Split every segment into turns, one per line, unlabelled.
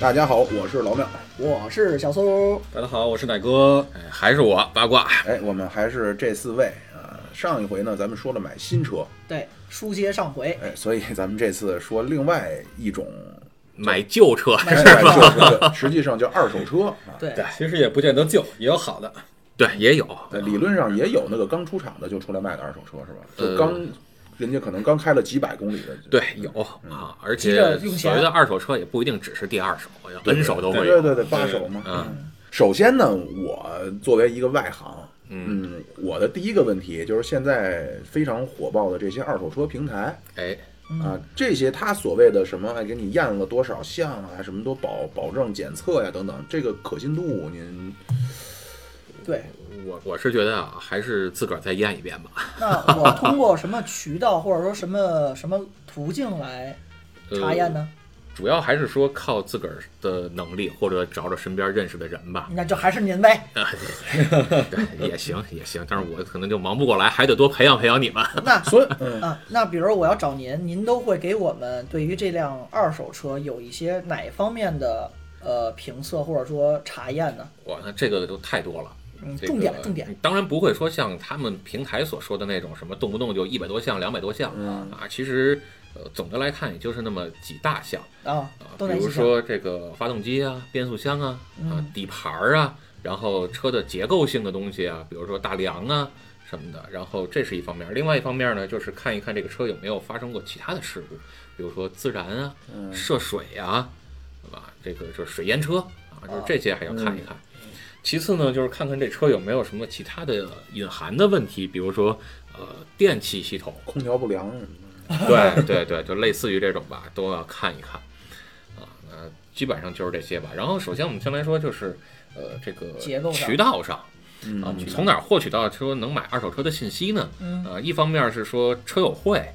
大家好，我是老廖。
我是小苏，
大家好，我是奶哥，哎还是我八卦，
哎，我们还是这四位啊、上一回呢，咱们说了买新车，
对，书接上 回，
哎，所以咱们这次说另外一种，
买旧车，
买
哎就是实际上叫二手车啊。
对，
其实也不见得旧，也有好的，
对，也有，
呃理论上也有那个刚出厂的就出来卖的二手车是吧？就
呃
刚，人家可能刚开了几百公里的，
对，有啊，而
急着
且
用
所
钱
谓的二手车也不一定只是第二手，N 手都会
对
有，
对对，八手嘛。
嗯，
首先呢，我作为一个外行，嗯，我的第一个问题就是现在非常火爆的这些二手车平台
哎，
啊，这些它所谓的什么哎给你验了多少项啊，什么都保保证检测呀等等，这个可信度您
对。
我我是觉得啊，还是自个儿再验一遍吧。
那我通过什么渠道或者说什么什么途径来查验呢？
主要还是说靠自个儿的能力，或者找找身边认识的人吧，
那就还是您呗。
对，也行也行。但是我可能就忙不过来，还得多培养培养你们。
那
所以嗯
啊，那比如我要找您，您都会给我们对于这辆二手车有一些哪方面的呃评测或者说查验呢？
哇，那这个都太多了。
嗯，
这个
重点重点，
当然不会说像他们平台所说的那种什么动不动就一百多项、两百多项
嗯
啊，其实呃总的来看也就是那么几大项
啊
啊，，
都
比
哪
如
几项？
说这个发动机啊、变速箱啊、啊
嗯
底盘儿啊，然后车的结构性的东西啊，比如说大梁啊什么的，然后这是一方面儿，另外一方面儿呢就是看一看这个车有没有发生过其他的事故，比如说自燃啊、
嗯
涉水啊，对吧？这个就是水淹车啊，就是这些还要看一看。其次呢，就是看看这车有没有什么其他的隐含的问题，比如说呃电气系统，
空调不良什么的
对对对，就类似于这种吧，都要看一看啊。那基本上就是这些吧。然后首先我们先来说就是呃这个
结构上
渠道上。
嗯
啊，我们从哪儿获取到说能买二手车的信息呢？
嗯
呃，一方面是说车友会啊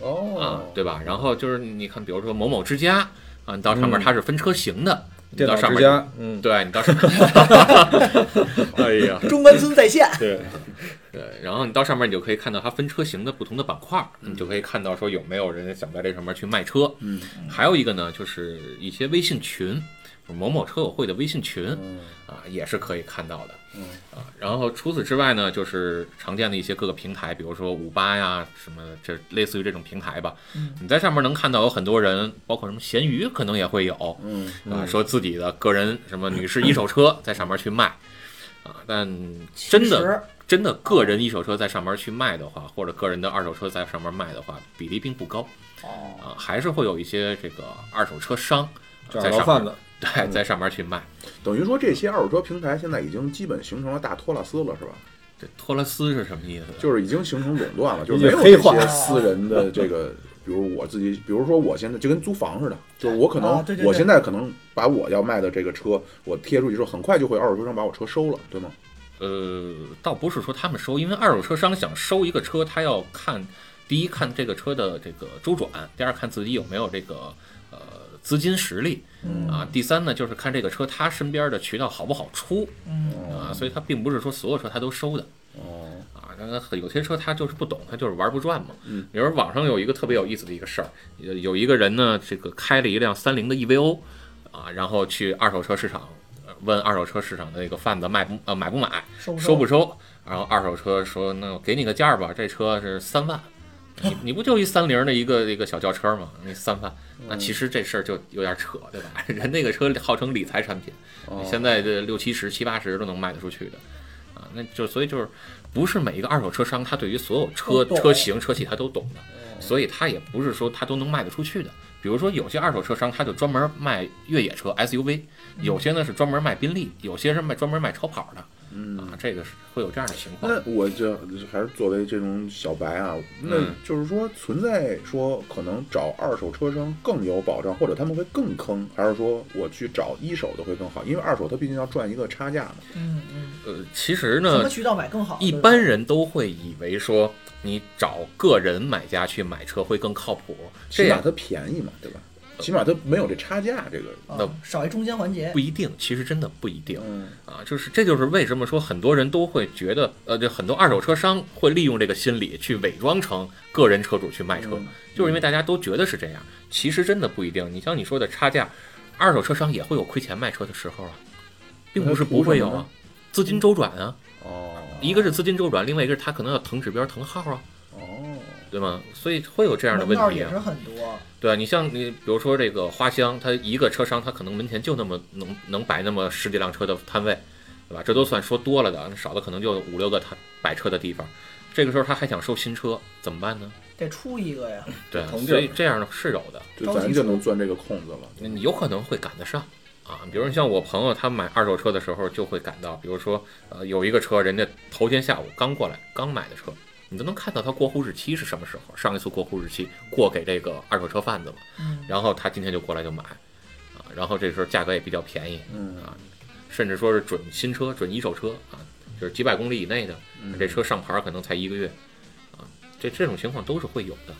哦，，
对吧？然后就是你看，比如说某某之家啊，你到上面它是分车型的，你
嗯电
到
脑
上
之
面
家，嗯，
对你到上面， 哎呀，
中关村在线
对，
对，然后你到上面你就可以看到它分车型的不同的板块儿，你就可以看到说有没有人想在这上面去卖车。
嗯，
还有一个呢，就是一些微信群，某某车友会的微信群啊，也是可以看到的。
嗯
啊，然后除此之外呢，就是常见的一些各个平台，比如说五八呀什么，这类似于这种平台吧。
嗯
你在上面能看到有很多人，包括什么闲鱼可能也会有。
嗯
啊，说自己的个人什么女士一手车 在上面去卖，啊，但真
其实
的真的个人一手车在上面去卖的话，或者个人的二手车在上面卖的话，比例并不高
哦，
啊，还是会有一些这个二手车商
找
在
着
上
贩
面
子，嗯
对在上面去卖。
等于说这些二手车平台现在已经基本形成了大托拉斯了，是吧？
这托拉斯是什么意思？
就是已经形成垄断了，就
已
是
经
没有
黑
这
化
些私人的这个，比如我自己，比如说我现在就跟租房似的，就是我可能、
啊对对对
我现在可能把我要卖的这个车，我贴出去之后，很快就会二手车商把我车收了，对吗？
呃，倒不是说他们收，因为二手车商想收一个车，他要看第一看这个车的这个周转，第二看自己有没有这个呃资金实力。
嗯
啊，第三呢，就是看这个车它身边的渠道好不好出
嗯
哦
啊，所以它并不是说所有车它都收的
哦，
啊。那它有些车它就是不懂，它就是玩不转嘛。
嗯，
比如网上有一个特别有意思的一个事儿，有有一个人呢，这个开了一辆三菱的 EVO 啊，然后去二手车市场呃问二手车市场的那个贩子卖不呃买不买，
收不
收不收？然后二手车说：“那我给你个价儿吧，这车是三万，你你不就一三菱的一个一个小轿车吗？你三万，
嗯
那其实这事儿就有点扯，对吧？ 人那个车号称理财产品，
哦
现在这六七十、七八十都能卖得出去的，啊，那就所以就是不是每一个二手车商他对于所有车
都懂哦
车型车系他都懂的，所以他也不是说他都能卖得出去的。比如说有些二手车商他就专门卖越野车 SUV，有些呢是专门卖宾利，有些是卖专门卖超跑的。啊，这个是会有这样的情况。
那我就还是作为这种小白啊，那
嗯
就是说存在说可能找二手车商更有保障，或者他们会更坑，还是说我去找一手的会更好？因为二手它毕竟要赚一个差价嘛。
嗯嗯，
呃，其实
什么
呢，
渠道买更好？
一
对吧
般人都会以为说你找个人买家去买车会更靠谱，这
起码
样
它便宜嘛，对吧？起码它没有这差价，这个
啊
那
少一中间环节
不。一定，其实真的不一定。
嗯
啊，就是这就是为什么说很多人都会觉得，呃，就很多二手车商会利用这个心理去伪装成个人车主去卖车，就是因为大家都觉得是这样，其实真的不一定。你像你说的差价，二手车商也会有亏钱卖车的时候啊，并
那
不
他
是
图
不会
什
有
么呢
啊，资金周转啊，
哦，
一个是资金周转，另外一个是他可能要腾指标、腾号啊，
哦，
对吗？所以会有这样的
门道
问题
也是
啊。
很多，
对啊，你像你比如说这个花乡，它一个车商，它可能门前就那么能能摆那么十几辆车的摊位，对吧？这都算说多了的，啊少的可能就五六个摊摆车的地方。这个时候他还想收新车，怎么办呢？
得出一个呀。
对啊，
腾地儿
所以这样的是有的。
就
着急
咱就能钻这个空子了。
你有可能会赶得上啊。比如像我朋友，他买二手车的时候就会赶到，比如说呃有一个车，人家头天下午刚过来，刚买的车，你都能看到他过户日期是什么时候，上一次过户日期过给这个二手车贩子了，
嗯，
然后他今天就过来就买啊，然后这时候价格也比较便宜，
嗯
啊，甚至说是准新车、准一手车啊，就是几百公里以内的，
嗯
这车上牌可能才一个月啊，这这种情况都是会有的。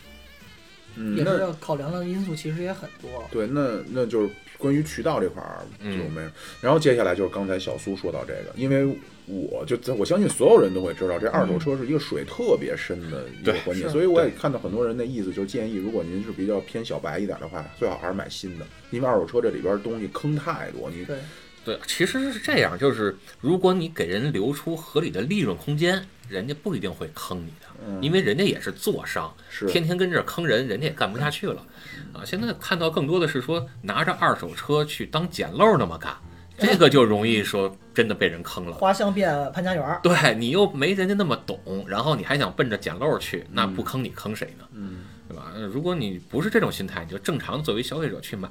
嗯，
也
那
是要考量的因素其实也很多。
对，那那就是关于渠道这块儿就
嗯
没有。然后接下来就是刚才小苏说到这个，因为我就我相信所有人都会知道，这二手车是一个水特别深的一个
嗯对
环节，
是
所以我也看到很多人的意思就是建议，如果您是比较偏小白一点的话，最好还是买新的，因为二手车这里边东西坑太多，你
对，
对，其实是这样，就是如果你给人留出合理的利润空间，人家不一定会坑你的，因为人家也是做商，
嗯是
天天跟这儿坑人，人家也干不下去了。啊，现在看到更多的是说拿着二手车去当捡漏那么干，这个就容易说真的被人坑了。
花香变潘家园儿，
对你又没人家那么懂，然后你还想奔着捡漏去，那不坑你坑谁呢？
嗯，
对吧？呃如果你不是这种心态，你就正常作为消费者去买，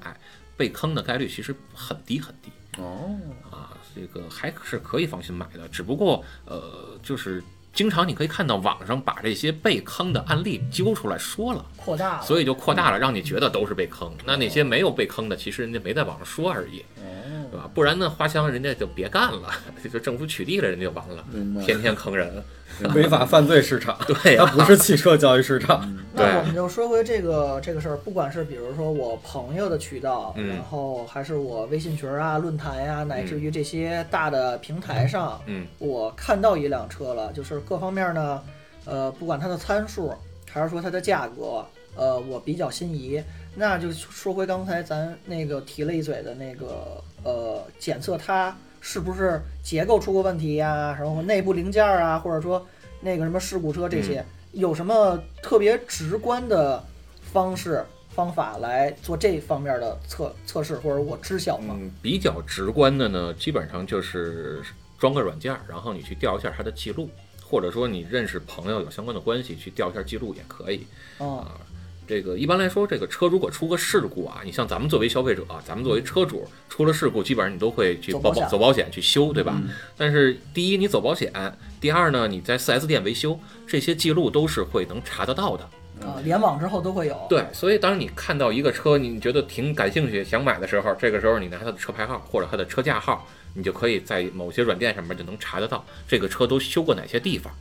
被坑的概率其实很低很低。
哦，
啊，这个还是可以放心买的，只不过呃，就是经常你可以看到网上把这些被坑的案例揪出来说了，
扩大了。
所以就扩大了，让你觉得都是被坑。那那些没有被坑的，其实人家没在网上说而已，对吧？不然呢，花香人家就别干了， 就政府取缔了，人家就完了
明白，
天天坑人。
违法犯罪市场，
对呀、
它不是汽车交易市 场。
那
对
我们就说回这个这个事儿，不管是比如说我朋友的渠道，
嗯
然后还是我微信群儿啊、论坛呀、乃至于这些大的平台上，
嗯，
我看到一辆车了，就是各方面呢，呃，不管它的参数还是说它的价格，呃，我比较心仪。那就说回刚才咱那个提了一嘴的那个，呃，检测它是不是结构出过问题呀、然后内部零件儿啊，或者说那个什么事故车这些，
嗯
有什么特别直观的方式方法来做这方面的测测试，或者我知晓吗？
嗯，比较直观的呢，基本上就是装个软件儿，然后你去调一下它的记录，或者说你认识朋友有相关的关系去调一下记录也可以。
嗯，
啊，这个一般来说，这个车如果出个事故啊，你像咱们作为消费者啊、咱们作为车主，出了事故，基本上你都会去
走
报
保险
走保险去修，对吧？但是第一，你走保险；第二呢，你在 4S 店维修，这些记录都是会能查得到的。
啊，联网之后都会有。
对，所以当你看到一个车，你觉得挺感兴趣、想买的时候，这个时候你拿它的车牌号或者它的车架号，你就可以在某些软件上面就能查得到这个车都修过哪些地方。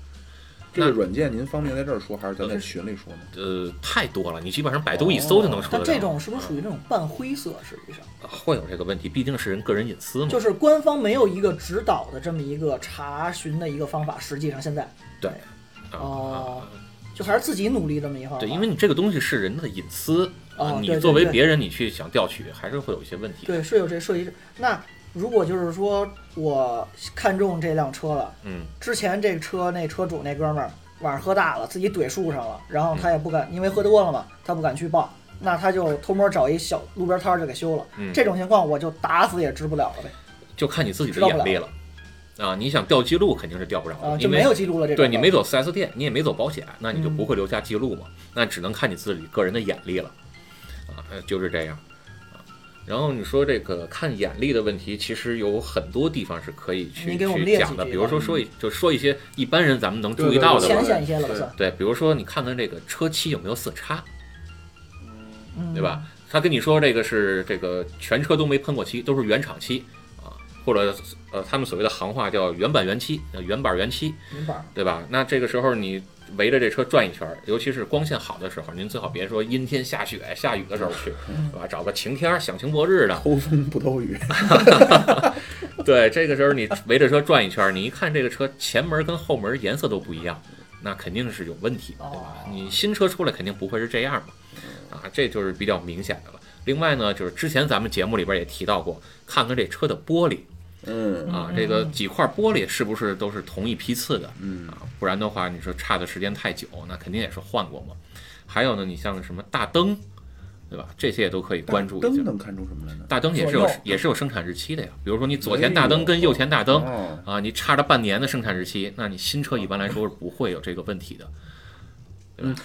这个
那
软件您方便在这儿说，还是咱在群里说呢？
呃，太多了，你基本上百度一搜就能出得
哦但
到。
这种是不是属于那种半灰色？实际上，
会有这个问题，毕竟是人个人隐私嘛。
就是官方没有一个指导的这么一个查询的一个方法。实际上现在
对，啊
哦，就还是自己努力这么一方法。
对，因为你这个东西是人的隐私
哦
啊，
对
你
对
作为
对
别人，你去想调取，还是会有一些问题。
对是有这涉及。那如果就是说我看中这辆车了，
嗯，
之前这个车那车主那哥们儿晚上喝大了，自己怼树上了，然后他也不敢，因为喝多了嘛，他不敢去报。那他就偷摸找一小路边摊儿就给修了，
嗯
这种情况我就打死也治不了了呗，
就看你自己
知
的
道不
眼力
了
了啊。你想调记录，肯定是调不着
啊、
的，
就
因
没嗯
为
有记录了这种
对
了。
你没走 4S 店，你也没走保险，那你就不会留下记录嘛。那只能看你自己个人的眼力了啊，呃就是这样。啊然后你说这个看眼力的问题，其实有很多地方是可以去
你给我们
去
列
讲
举
的，
几
比
个嗯
如说说一就说一些一般人咱们能
对
注意
对
到的
对
吧
浅。显一些了不算。
对，比如说你看看这个车漆有没有色差，
嗯
对吧？？他跟你说这个是这个全车都没喷过漆，都是原厂漆啊，或者呃他们所谓的行话叫原版原漆，呃原板原漆，
明白。
对吧？那这个时候你围着这车转一圈儿，尤其是光线好的时候，您最好别说阴天下雪、下雨的时候去，对吧？找个晴天儿、响晴博 日的。
偷风不偷 雨，
对，这个时候你围着车转一圈儿，你一看这个车前门跟后门颜色都不一样，那肯定是有问题嘛，对吧？
哦
你新车出来肯定不会是这样嘛，啊，这就是比较明显的了。另外呢，就是之前咱们节目里边也提到过，看看这车的玻璃
嗯
啊，这个几块玻璃是不是都是同一批次的
嗯
啊？不然的话，你说差的时间太久，那肯定也是换过嘛。还有呢，你像什么大灯，对吧？这些也都可以关注一
灯
下。
能看出什么来呢？
大灯也是有
左右
也是有生产日期的呀，比如说你左前大
哎
灯跟右前大灯
哦，
啊，你差了半年的生产日期，那你新车一般来说是不会有这个问题的。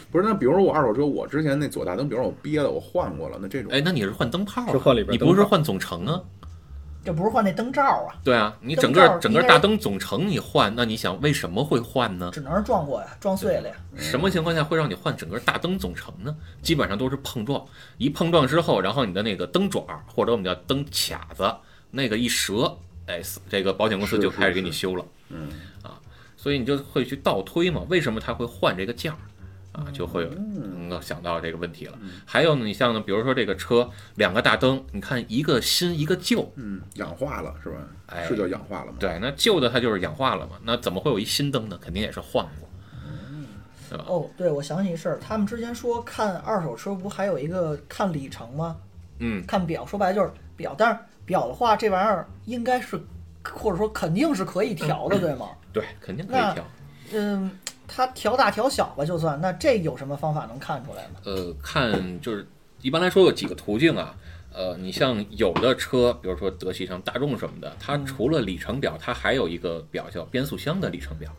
不是，那比如说我二手车，我之前那左大灯，比如说我憋的，我换过了，那这种
哎，那你是换灯泡、啊，
是换里边
你
灯
不是
泡
换总成啊？
这不是换那灯罩啊，
对啊，你
灯
整
罩
个
儿
整
应
个
该
大
是
灯总成你换，那你想为什么会换呢？
只能是撞过呀，撞碎了呀。
什么情况下会让你换整个大灯总成呢？基本上都是碰撞，一碰撞之后，然后你的那个灯爪儿或者我们叫灯卡子那个一折，哎，这个保险公司
是
就是开始给
是
你修了。
嗯
啊，所以你就会去倒推嘛，为什么它会换这个价儿
嗯
啊？就会有能够想到这个问题了。还有呢，你像呢，比如说这个车两个大灯，你看一个新一个旧，
嗯，氧化了是吧？
哎
是叫氧化了吗？
对，那旧的它就是氧化了嘛，那怎么会有一新灯呢？肯定也是换过。
嗯
哦，对，我想起一事儿，他们之前说看二手车不还有一个看里程吗？
嗯，
看表，说白了就是表，但是表的话，这玩意儿应该是，或者说肯定是可以调的，对 吗？
对，肯定可
那
以调。
嗯，它调大调小吧，就算。那这有什么方法能看出来吗？
呃，看就是一般来说有几个途径啊。呃，你像有的车，比如说德系上大众什么的，它
嗯
除了里程表，它还有一个表叫变速箱的里程表。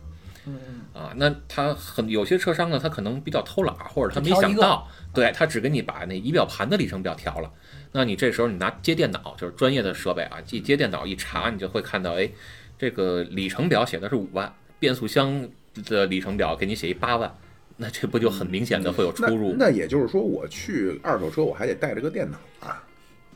嗯，
啊，那他很有些车商呢，他可能比较偷懒儿，或者他没
就调
想
一个
到，对他只给你把那仪表盘的里程表调了。那你这时候你拿接电脑，就是专业的设备啊，一接电脑一查，你就会看到，哎，这个里程表写的是五万，变速箱的里程表给你写一八万，那这不就很明显的会有出
那
入？
那也就是说，我去二手车，我还得带着个电脑啊。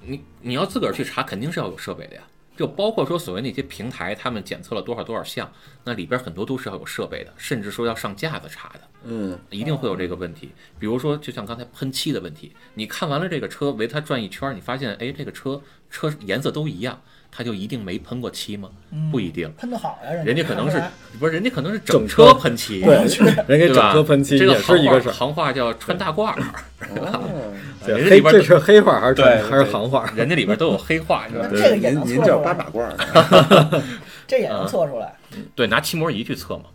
你你要自个儿去查，肯定是要有设备的呀。就包括说所谓那些平台，他们检测了多少多少项，那里边很多都是要有设备的，甚至说要上架子查的。
嗯，
一定会有这个问题。比如说，就像刚才喷漆的问题，你看完了这个车，围它转一圈儿，你发现，哎，这个车车颜色都一样，它就一定没喷过漆吗？
嗯
不一定，
喷的好呀，人
人家可能是
看
不是人家可能是
整
整车
车
喷漆，
对，人给
对
嗯整
吧？
车喷漆
这个
也是一个
行话。
事儿
行话叫穿大褂儿，
哦，
人家
黑
里边
这是黑话还是
对
传还是
对
行话？
人家里边都有黑话，你知道
那
吗
这个也
您
能
您
测
叫
出
八
来
马褂儿呢，啊
这也
嗯
能测出来。
对，拿漆膜仪去测嘛。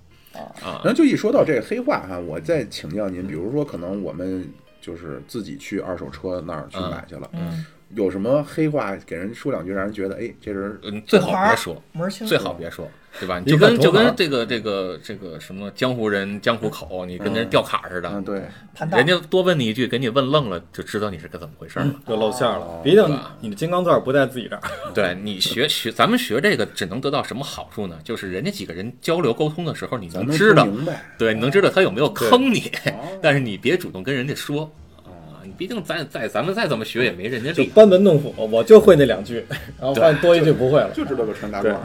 然后就一说到这个黑化哈，我再请教您，比如说可能我们就是自己去二手车那儿去买去了，
嗯，
有什么黑话给人说两句，让人觉得哎，这人
嗯，最好
门儿
别说，
门儿清楚
最好别说，对吧？你
一
就
看
跟
头
就
脑
跟这个这个这个什么江湖人江湖口，你跟人
嗯
掉卡儿似的，
嗯对，
盘道
人家多问你一句，给你问愣了，就知道你是个怎么回事儿了。
就露馅儿了
哦，
毕竟
吧
你的金刚钻不在自己这儿，
对你学学，咱们学这个只能得到什么好处呢？就是人家几个人交流沟通的时候，你
咱
能
能
知
说
道，
明白，
对，你能知道他有没有坑你，
哦
但是你别主动跟人家说啊，你毕竟咱再咱们再怎么学也没人家
就
厉害。
班门弄斧，我就会那两句，然后发现多一句不会了。
就知道个穿大褂
对
儿。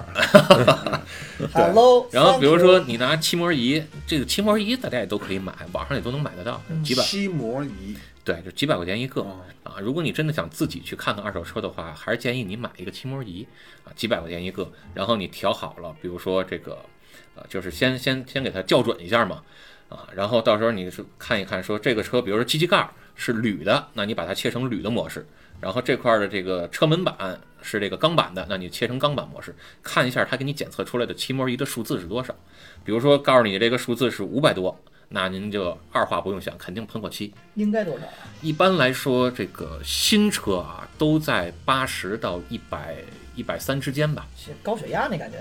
啊
，Hello，
然后比如
thank
说
you
你拿漆膜仪，这个漆膜仪大家也都可以买，网上也都能买得到，
嗯
几百
漆膜仪，
对，就几百块钱一个
哦
啊。如果你真的想自己去看看二手车的话，还是建议你买一个漆膜仪啊，几百块钱一个，然后你调好了，比如说这个，呃，就是先先先给它校准一下嘛，啊，然后到时候你是看一看，说这个车，比如说机器盖儿是铝的，那你把它切成铝的模式，然后这块儿的这个车门板是这个钢板的，那你切成钢板模式，看一下它给你检测出来的漆膜仪的数字是多少。比如说告诉你这个数字是五百多，那您就二话不用想，肯定喷过漆。
应该多少？
一般来说，这个新车啊，都在八十到一百一百三之间吧，
是高血压那感觉，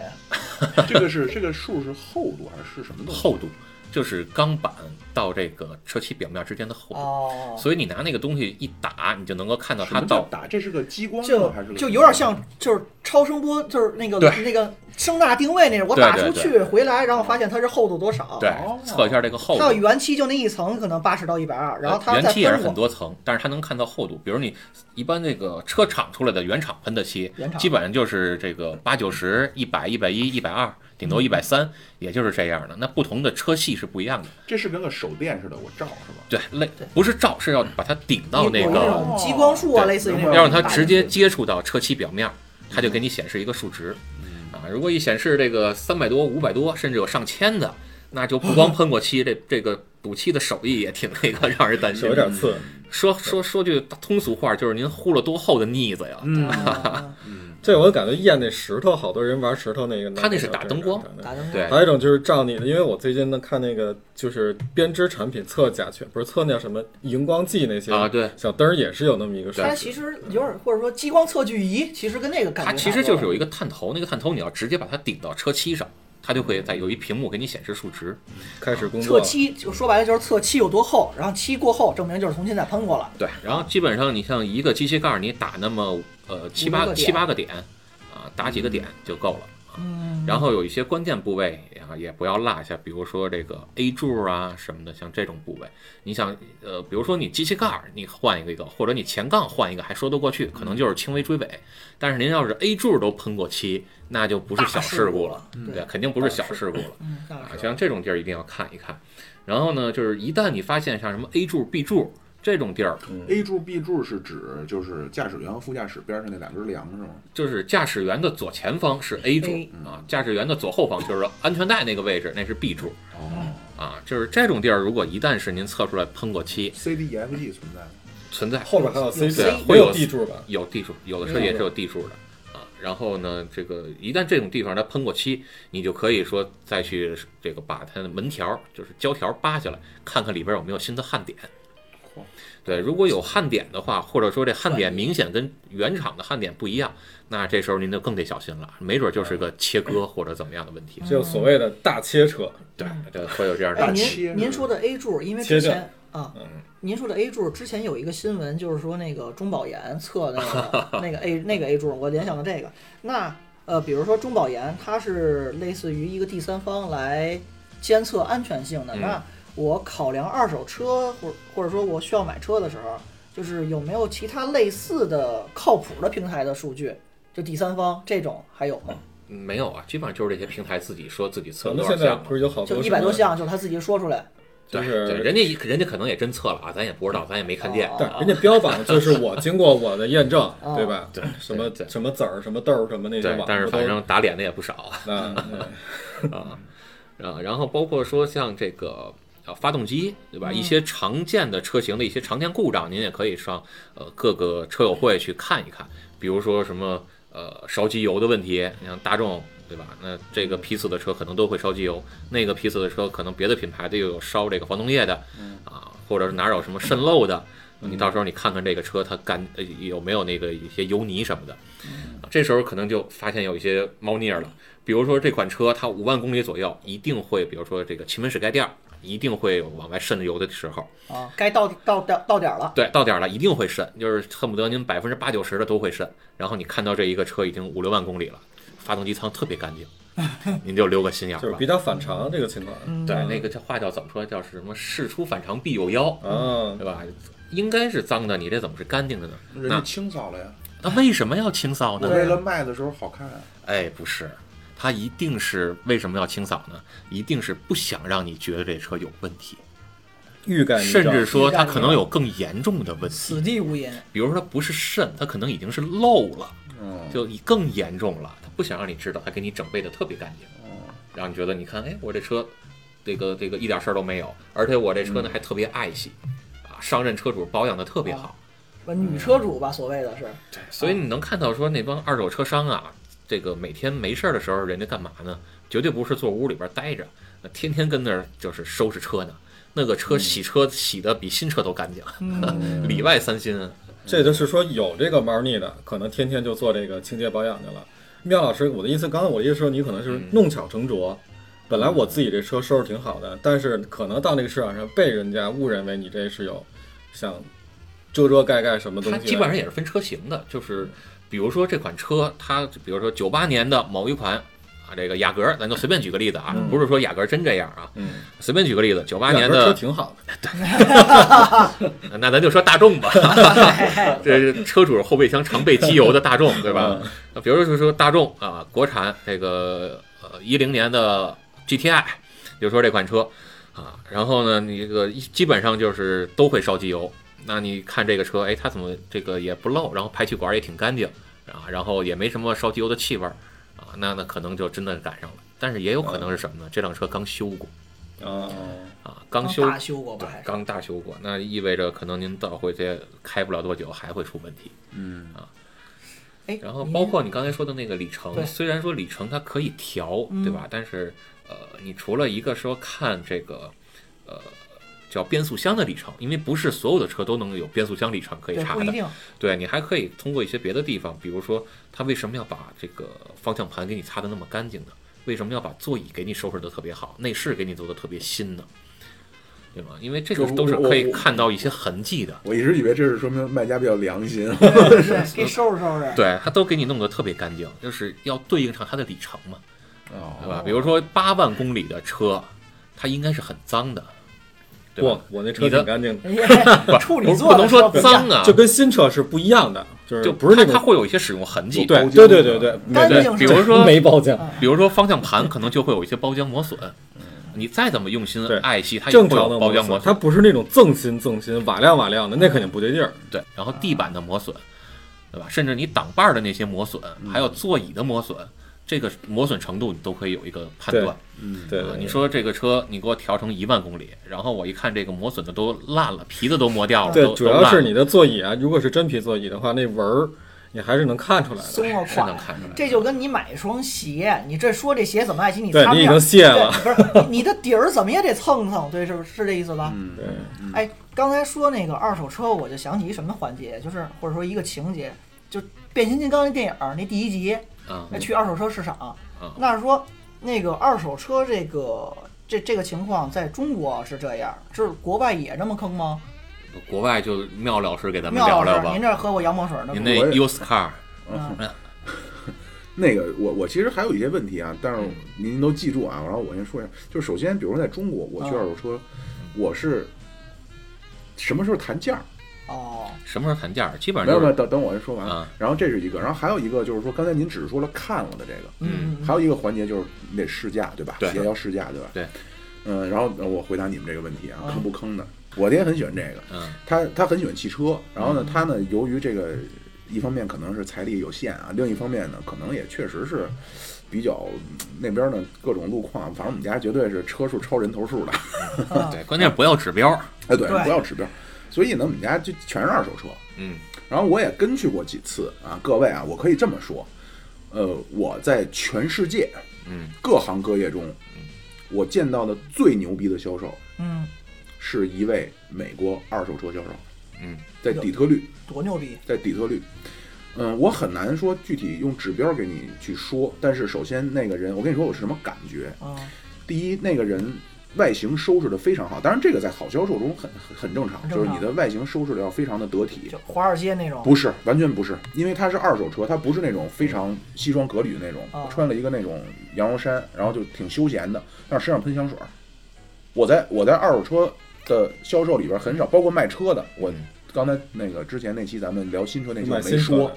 这个是这个数是厚度还是什么
嗯
东西？
厚度就是钢板到这个车漆表面之间的厚度。
哦，
所以你拿那个东西一打，你就能够看到
什
它
么叫
到
打？这是个激光吗？
就
还是个
就有点像就是超声波，就是那个
对
那个声呐定位那种，我
对
打
对
出
对
去回来，然后发现它是厚度多少。
对
哦，
测一下这个厚
它有
度。
原漆就那一层，可能八十到一百二，然后它
原
再
漆也是
分
很
过。
多层，但是它能看到厚度。比如你一般这个车厂出来的原厂喷的漆
原，厂
基本上就是这个八九十、一百、一百一、一百二，顶
嗯
多一百三，也就是这样的。那不同的车系是不一样的。
这是跟个手电似的，我照是吧？
对，类
对
不是照，是要把它顶到那
有那
个，
种激光束啊，
对
类似于那种
要让它直接接触到车漆表面儿，它就给你显示一个数值。
嗯
啊，如果一显示这个三百多、五百多，甚至有上千的，那就不光喷过漆，这这个补漆的手艺也挺那个让人担心
有
的。
点刺。
说说说句通俗话，就是您糊了多厚的腻子呀？
嗯
啊
嗯
这我感觉验那石头，好多人玩石头那个，
他那是打灯光
打啊灯
对
还有一种就是照你的，因为我最近呢看那个就是编织产品测甲醛，不是测那叫什么荧光剂那些
啊，对，
小灯儿也是有那么一个说
它其实有点，或者说激光测距仪，其实跟那个感觉差不
它
多。
其实就是有一个探头，那个探头你要直接把它顶到车漆上，它就会在有一屏幕给你显示数值。
开始工
测
作了。
漆，就说白了就是测漆有多厚，然后漆过后证明就是重新再喷过了。
对，然后基本上你像一个机械盖儿，你打那么呃七
五
八
六个点
七八个点啊，打几个点就够了。啊
嗯，
然后有一些关键部位啊，也不要落下，比如说这个 A 柱啊什么的，像这种部位，你想呃，比如说你机器盖儿你换一个一个，或者你前杠换一个还说得过去，可能就是轻微追尾。但是您要是 A 柱都喷过漆，那就不是小
大
事故了
了，，
对，，肯定不是小事故了。
嗯，大
啊，
事
像这种地儿一定要看一看。然后呢，就是一旦你发现像什么 A 柱、B 柱这种地儿，
，A 柱 B 柱是指就是驾驶员和副驾驶边上那两根梁是吗？
就是驾驶员的左前方是 A 柱
A
啊，驾驶员的左后方就是安全带那个位置，那是 B 柱
哦
啊。就是这种地儿，如果一旦是您测出来喷过漆，
，C D E F G 存在吗？
存在
后边还有 C 柱
对，啊
没
会
有
有
D 柱吧？
有地柱，有的车也是有地柱的啊。然后呢，这个一旦这种地方它喷过漆，你就可以说再去这个把它的门条，就是胶条扒下来，看看里边有没有新的焊点
嚯。
对，如果有焊点的话，或者说这焊点明显跟原厂的焊点不一样，那这时候您就更得小心了，没准就是个切割或者怎么样的问题。
就所谓的大切车，
对，这会有这样的
哎，
问题。
切
您您说的 A 柱，因为
切
之
断
前啊，
嗯
您说的 A 柱之前有一个新闻，就是说那个中保研测那 个那个 A 那个 A 柱，我联想到这个。那呃，比如说中保研，它是类似于一个第三方来监测安全性的。
嗯
那我考量二手车或或者说我需要买车的时候，就是有没有其他类似的靠谱的平台的数据？就第三方这种还有吗？
嗯没有啊，基本上就是这些平台自己说自己测
咱
多
们
少
现在
项目
不。是有好多
就一百多
什么，
项，就是他自己说出来。
就
对对，
是
人家一人家可能也真测了啊，咱也不知道，咱也没看见。啊
哦
对，人家标榜就是我经过我的验证，对吧？
对
什么
对对
什么籽儿、什么豆儿、什么那些
对
网，
但是
不都
反正打嗯脸的也不少。
啊，对
啊，啊，然后包括说像这个呃发动机，对吧？
嗯
一些常见的车型的一些常见故障，您也可以上呃各个车友会去看一看，比如说什么呃烧机油的问题，你像大众。对吧？那这个批次的车可能都会烧机油，那个批次的车可能别的品牌的又有烧这个防冻液的，
嗯
啊，或者是哪有什么渗漏的，你到时候你看看这个车它干呃有没有那个一些油泥什么的，啊这时候可能就发现有一些猫腻儿了。比如说这款车它五万公里左右一定会，比如说这个气门室盖垫儿一定会有往外渗油的时候，
啊，该到到到到点儿了。
对，到点儿了一定会渗，就是恨不得您百分之八九十的都会渗。然后你看到这一个车已经五六万公里了，发动机舱特别干 净，您就留个心眼
就
儿
是
吧
比。较反常这个情况。
嗯
对，那个叫话叫怎么说？叫是什么？事出反常必有妖，
啊，
对吧？应该是脏的，你这怎么是干净的呢？
人家清扫了呀，
那为什么要清扫
我
呢？
为了卖的时候好看啊。
哎，不是，他一定是为什么要清扫呢？一定是不想让你觉得这车有问题，
欲盖弥彰
甚至说他可能有更严重的问题，
此地无银。
比如说他不是渗，他可能已经是漏了，
嗯，
就更严重了。他不想让你知道，他给你整备的特别干净，让你觉得你看，哎，我这车，这个这个一点事儿都没有，而且我这车呢还特别爱惜，啊，上任车主保养的特别好。
呃女车主吧，所谓的是，
所
嗯
以你能看到说那帮二手车商啊，这个每天没事儿的时候，人家干嘛呢？绝对不是坐屋里边待着，那天天跟那儿就是收拾车呢。那个
嗯
车洗车洗的比新车都干净， 里外三新。啊
这就是说有这个猫腻的，可能天天就做这个清洁保养去了。妙老师，我的意思，刚刚我的意思说，你可能是
嗯
弄巧成拙。本来我自己这车收拾挺好的，但是可能到那个市场上被人家误认为你这是有像遮遮盖盖什么东
它
西的。
基本上也是分车型的，就是比如说这款车，它比如说九八年的某一款啊，这个雅阁，咱就随便举个例子啊，不是说雅阁真这样啊，
嗯
随便举个例子，九八
两
年
个车
的，
挺好的，
那咱就说大众吧， 这是车主后备箱常备机油的大众，对
嗯
吧？那比如说说大众啊、国产这个呃一零年的 GTI，就说这款车啊，然后呢，你这个一基本上就是都会烧机油。那你看这个车，哎，它怎么这个也不漏，然后排气管也挺干净啊，然后也没什么烧机油的气味儿啊，那那可能就真的赶上了。但是也有可能是什么呢？这辆车刚修过，
啊，
啊，刚修
大修过吧？
对
还，是
刚大修过，那意味着可能您倒回去开不了多久还会出问题。
嗯
哎，
然后
您
包括你刚才说的那个里
对嗯
程，虽然说里程它可以调，对吧？但是呃，你除了一个说看这个呃叫变速箱的里程，因为不是所有的车都能有变速箱里程可以
对
查
不一
的，
定，
对你还可以通过一些别的地方，比如说他为什么要把这个方向盘给你擦得那么干净呢？为什么要把座椅给你收拾得特别好，内饰给你做得特别新呢？对吗？因为这个
就是
都是
我
可以
我
看到一些痕迹的，
我一直以为这是说明卖家比较良 心，
对对，给收拾收拾。
对，他都给你弄得特别干净，就是要对应上它的里程嘛，对
哦，
吧？比如说八万公里的车，它应该是很脏的，对
不
吧？，
我那车
你的
挺干净的，
哎处女
不
座
不能
的车
说
不一样
脏啊，
就跟新车是不一样的，就是
就
不是那
它它
种
会有一些使用痕迹，
对
包浆
对对对对，
干
对
净
比
是
如说
没包浆，
比如说方向盘可能就会有一些包浆磨损，你再怎么用心
嗯对
爱惜，它也
正
会
常的
有包浆
磨
磨
损它
损。
不是那种锃心锃心、瓦亮瓦亮的，那肯定不对劲儿。
对，然后地板的磨损，对吧？甚至你挡把儿的那些磨损，
嗯
还有座椅的磨损，这个磨损程度你都可以有一个判断。
嗯，
对，
啊
对
你说这个车你给我调成一万公里，然后我一看这个磨损的都烂了，皮子都磨掉了，
对，
都
主
都
要
烂
是
了
你的座椅啊，如果是真皮座椅的话，那纹儿你还是能看出来的。
松了
是能
款。
看出来。
这就跟你买一双鞋，你这说这鞋怎么爱惜，你
对
擦
你已
面
经
儿
卸了，
对不是你你的底儿怎么也得蹭蹭，对，是不是这意思吧？
嗯
对，
哎，刚才说那个二手车，我就想起一什么环节，就是或者说一个情节，就《变形金刚》那电影儿那第一集，
啊
哎去二手车市场，
啊
那是说那个二手车这个这这个情况在中国是这样，这国外也这么坑吗？
国外就妙老师给咱们
妙老
聊聊
师，
吧
您。这喝过洋墨水呢？
您
吗？
那
我也
used car
嗯
那个我我其实还有一些问题啊，但是您都记住啊，然后我先说一下，就是首先，比如说在中国，我去
啊
二手车，我是什么时候谈价儿？
哦，
什么时候谈价儿？基本
没
上
有
就
没有，
是
等等我先说完
啊。
然后这是一个，然后还有一个就是说，刚才您只是说了看了的这个，
嗯，嗯
还有一个环节就是你得试驾对吧？
对
也要试驾对吧？
对。
嗯，然后我回答你们这个问题啊，
啊
坑不坑的？我爹很喜欢这个，
嗯
他他很喜欢汽车，然后呢，他呢由于这个一方面可能是财力有限啊，另一方面呢可能也确实是比较嗯那边呢各种路况，反正我们家绝对是车数超人头数的，
嗯
对，关键是不要指标儿。
哎对，
对
不要指标，所以呢我们家就全是二手车，
嗯
然后我也跟去过几次啊，各位啊，我可以这么说，呃，我在全世界
嗯
各行各业中，我见到的最牛逼的销售
嗯，
是一位美国二手车销售，
嗯，
在底特律。
多牛逼！
在底特律。嗯，我很难说具体用指标给你去说，但是首先那个人，我跟你说我是什么感觉。
嗯，
第一，那个人外形收拾的非常好，当然这个在好销售中很很很正常，
很正
就是
常
你的外形收拾的要非常的得体
就。华尔街那种，
不是，完全不是，因为它是二手车，它不是那种非常西装革履那种，
哦
穿了一个那种羊绒衫，然后就挺休闲的，但是身上喷香水儿。我在我在二手车的销售里边很少，包括卖车的，我
嗯
刚才那个之前那期咱们聊新车那期我
买
没
新车
说
的，，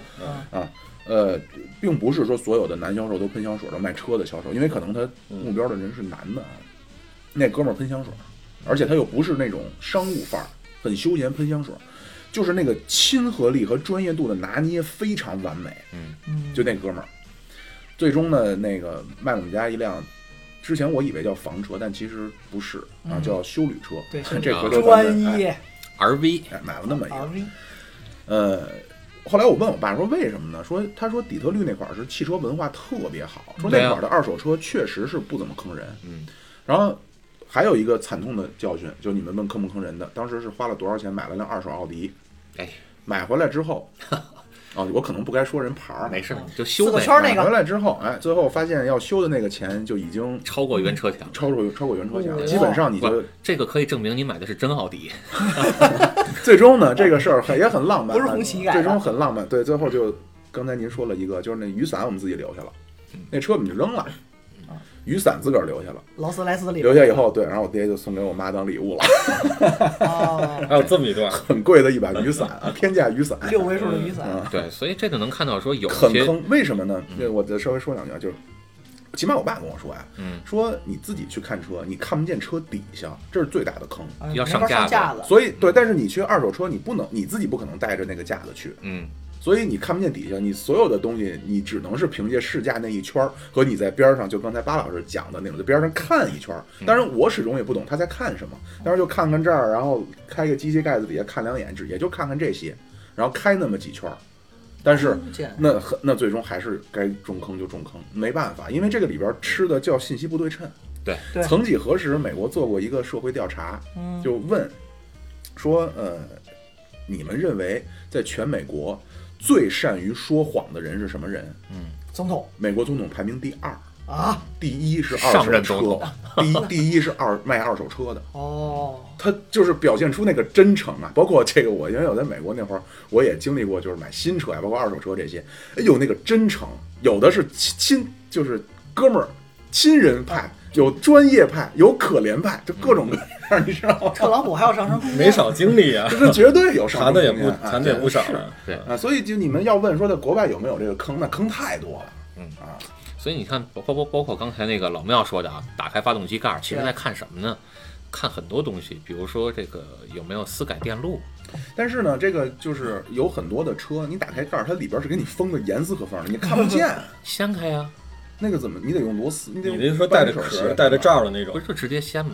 嗯
呃，并不是说所有的男销售都喷香水的，卖车的销售，因为可能他目标的人是男的啊。那哥们儿喷香水，而且他又不是那种商务范儿，很休闲喷香水，就是那个亲和力和专业度的拿捏非常完美。
嗯
嗯，
就那哥们儿，最终呢，那个卖我们家一辆，之前我以为叫房车，但其实不是啊，
嗯
叫修旅车。
对修旅
这
车
回头咱
专
们哎
业啊
，RV
哎买了那么一个，
RV，
呃，后来我问我爸说为什么呢？说他说底特律那块儿是汽车文化特别好，说那
对啊
块儿的二手车确实是不怎么坑人。
嗯，
然后还有一个惨痛的教训，就你们问坑不坑人的，当时是花了多少钱买了辆二手奥迪，
哎，
买回来之后，啊、我可能不该说人牌儿，
没事儿，
嗯
你就修
四个
呗
圈儿那
买
个
回来之后，哎，最后发现要修的那个钱就已经
超过原车钱了。
超出超过原车钱了，
哇
基本上你就
不，这个可以证明你买的是真奥迪。
最终呢，这个事儿很也很浪漫，
不是红旗改的
最终很浪漫。对，最后就刚才您说了一个，就是那雨伞我们自己留下了，
嗯
那车我们就扔了，雨伞自个儿留下了，
劳斯莱斯里边
留下以后，对，然后我爹就送给我妈当礼物了，
哦，
还有这么一段，
很贵的一把雨伞啊，天价雨伞，
六位数的雨伞，
对，所以这就能看到说有
很
些
坑。为什么呢？
嗯
这我再稍微说两句啊，就是。起码我爸跟我说呀、
嗯
说你自己去看车，你看不见车底下，这是最大的坑。
哎
要
没
上
法
架
上
子
架子，
所以对，但是你去二手车，你不能你自己不可能带着那个架子去，
嗯
所以你看不见底下，你所有的东西，你只能是凭借试驾那一圈儿和你在边儿上，就刚才巴老师讲的那种，在边儿上看一圈儿。当然，我始终也不懂他在看什么，当时就看看这儿，然后开个机械盖子底下看两眼，只也就看看这些，然后开那么几圈儿。但是
嗯这样
那很那最终还是该中坑就中坑，没办法，因为这个里边儿吃的叫信息不对称。
对
对
曾几何时，美国做过一个社会调查，
嗯
就问说，呃，你们认为在全美国最善于说谎的人是什么人？
总统
美国总统排名第二，
啊，
第一是二
上
手
任总
车
统，
第一第一是二卖二手车的。
哦，
他就是表现出那个真诚啊，包括这个我，因为我在美国那会儿，我也经历过，就是买新车呀，啊包括二手车这些，哎有那个真诚，有的是亲亲，就是哥们儿、亲人派，有专业派，有可怜派，就各种各样，
嗯
你知道吗？
特朗普还有上升空间，
没少经历啊
这，是绝对有上升
谈的也
空
不
间，啊
谈的也不少
是
啊。
对，
啊，所以就你们要问说在国外有没有这个坑，那坑太多了。
所以你看，包括包括刚才那个老庙说的啊，打开发动机盖儿，其实在看什么呢？看很多东西，比如说这个有没有私改电路，
但是呢，这个就是有很多的车，你打开盖儿，它里边是给你封的严丝合缝的，你看不 见。
掀开呀、
那个怎么？你得用螺丝，你得
你
用
那说带着
扳手
壳
掀
儿、带着
是吧
罩儿的那
不
种
是，就直接掀嘛？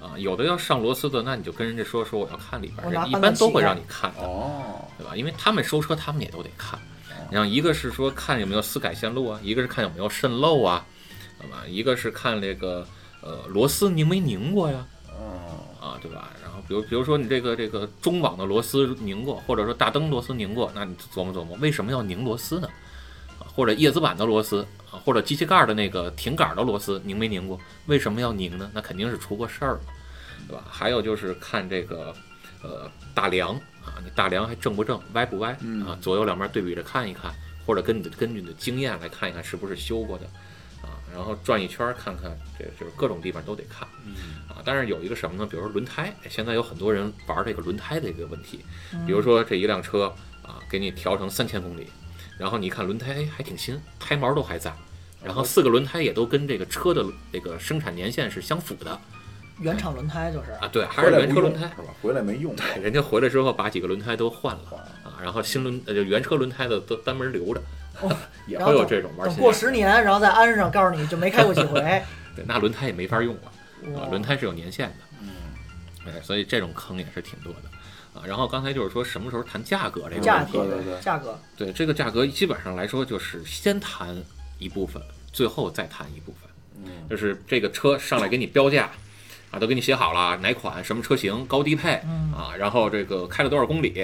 啊，有的要上螺丝的，那你就跟人家说说我要看里边
我
儿，
拿
人一
扳
般
手
都
起
会
来
让你看的，
哦，
对吧？因为他们收车，他们也都得看。你像一个是说看有没有私改线路啊，一个是看有没有渗漏啊，对吧？一个是看这个呃螺丝拧没拧过呀，
哦，
啊，对吧？然后比如比如说你这个这个中网的螺丝拧过，或者说大灯螺丝拧过，那你琢磨琢磨为什么要拧螺丝呢？啊或者叶子板的螺丝啊，或者机器盖儿的那个停杆儿的螺丝拧没拧过？为什么要拧呢？那肯定是出过事儿了，对吧？还有就是看这个呃大梁啊，你大梁还正不正，歪不歪
嗯
啊？左右两边对比着看一看，或者跟你的根据你的经验来看一看是不是修过的啊，然后转一圈儿看看，这就是各种地方都得看。啊，但是有一个什么呢？比如说轮胎，现在有很多人玩这个轮胎的一个问题，比如说这一辆车啊，给你调成三千公里，然后你一看轮胎哎还挺新，胎毛都还在，然后四个轮胎也都跟这个车的这个生产年限是相符的
原厂轮胎就是
啊，对，还
回
是
来
原
不
车轮
用
胎。
是吧？回来没用，
人家回来之后把几个轮胎都换了啊，然后新轮呃就原车轮胎的都单门留着，也
然
会
后
有
等
这种玩
等
新
过
玩
十年，然后再安上，告诉你就没开过几回。
对，那轮胎也没法用了。啊
哇，
轮胎是有年限的，嗯，哎，所以这种坑也是挺多的啊。然后刚才就是说什么时候谈价格这个
价
问题，
格
对对对
价格
对这个价格基本上来说就是先谈一部分，最后再谈一部分，嗯，就是这个车上来给你标价。啊，都给你写好了，哪款什么车型，高低配
嗯
啊，然后这个开了多少公里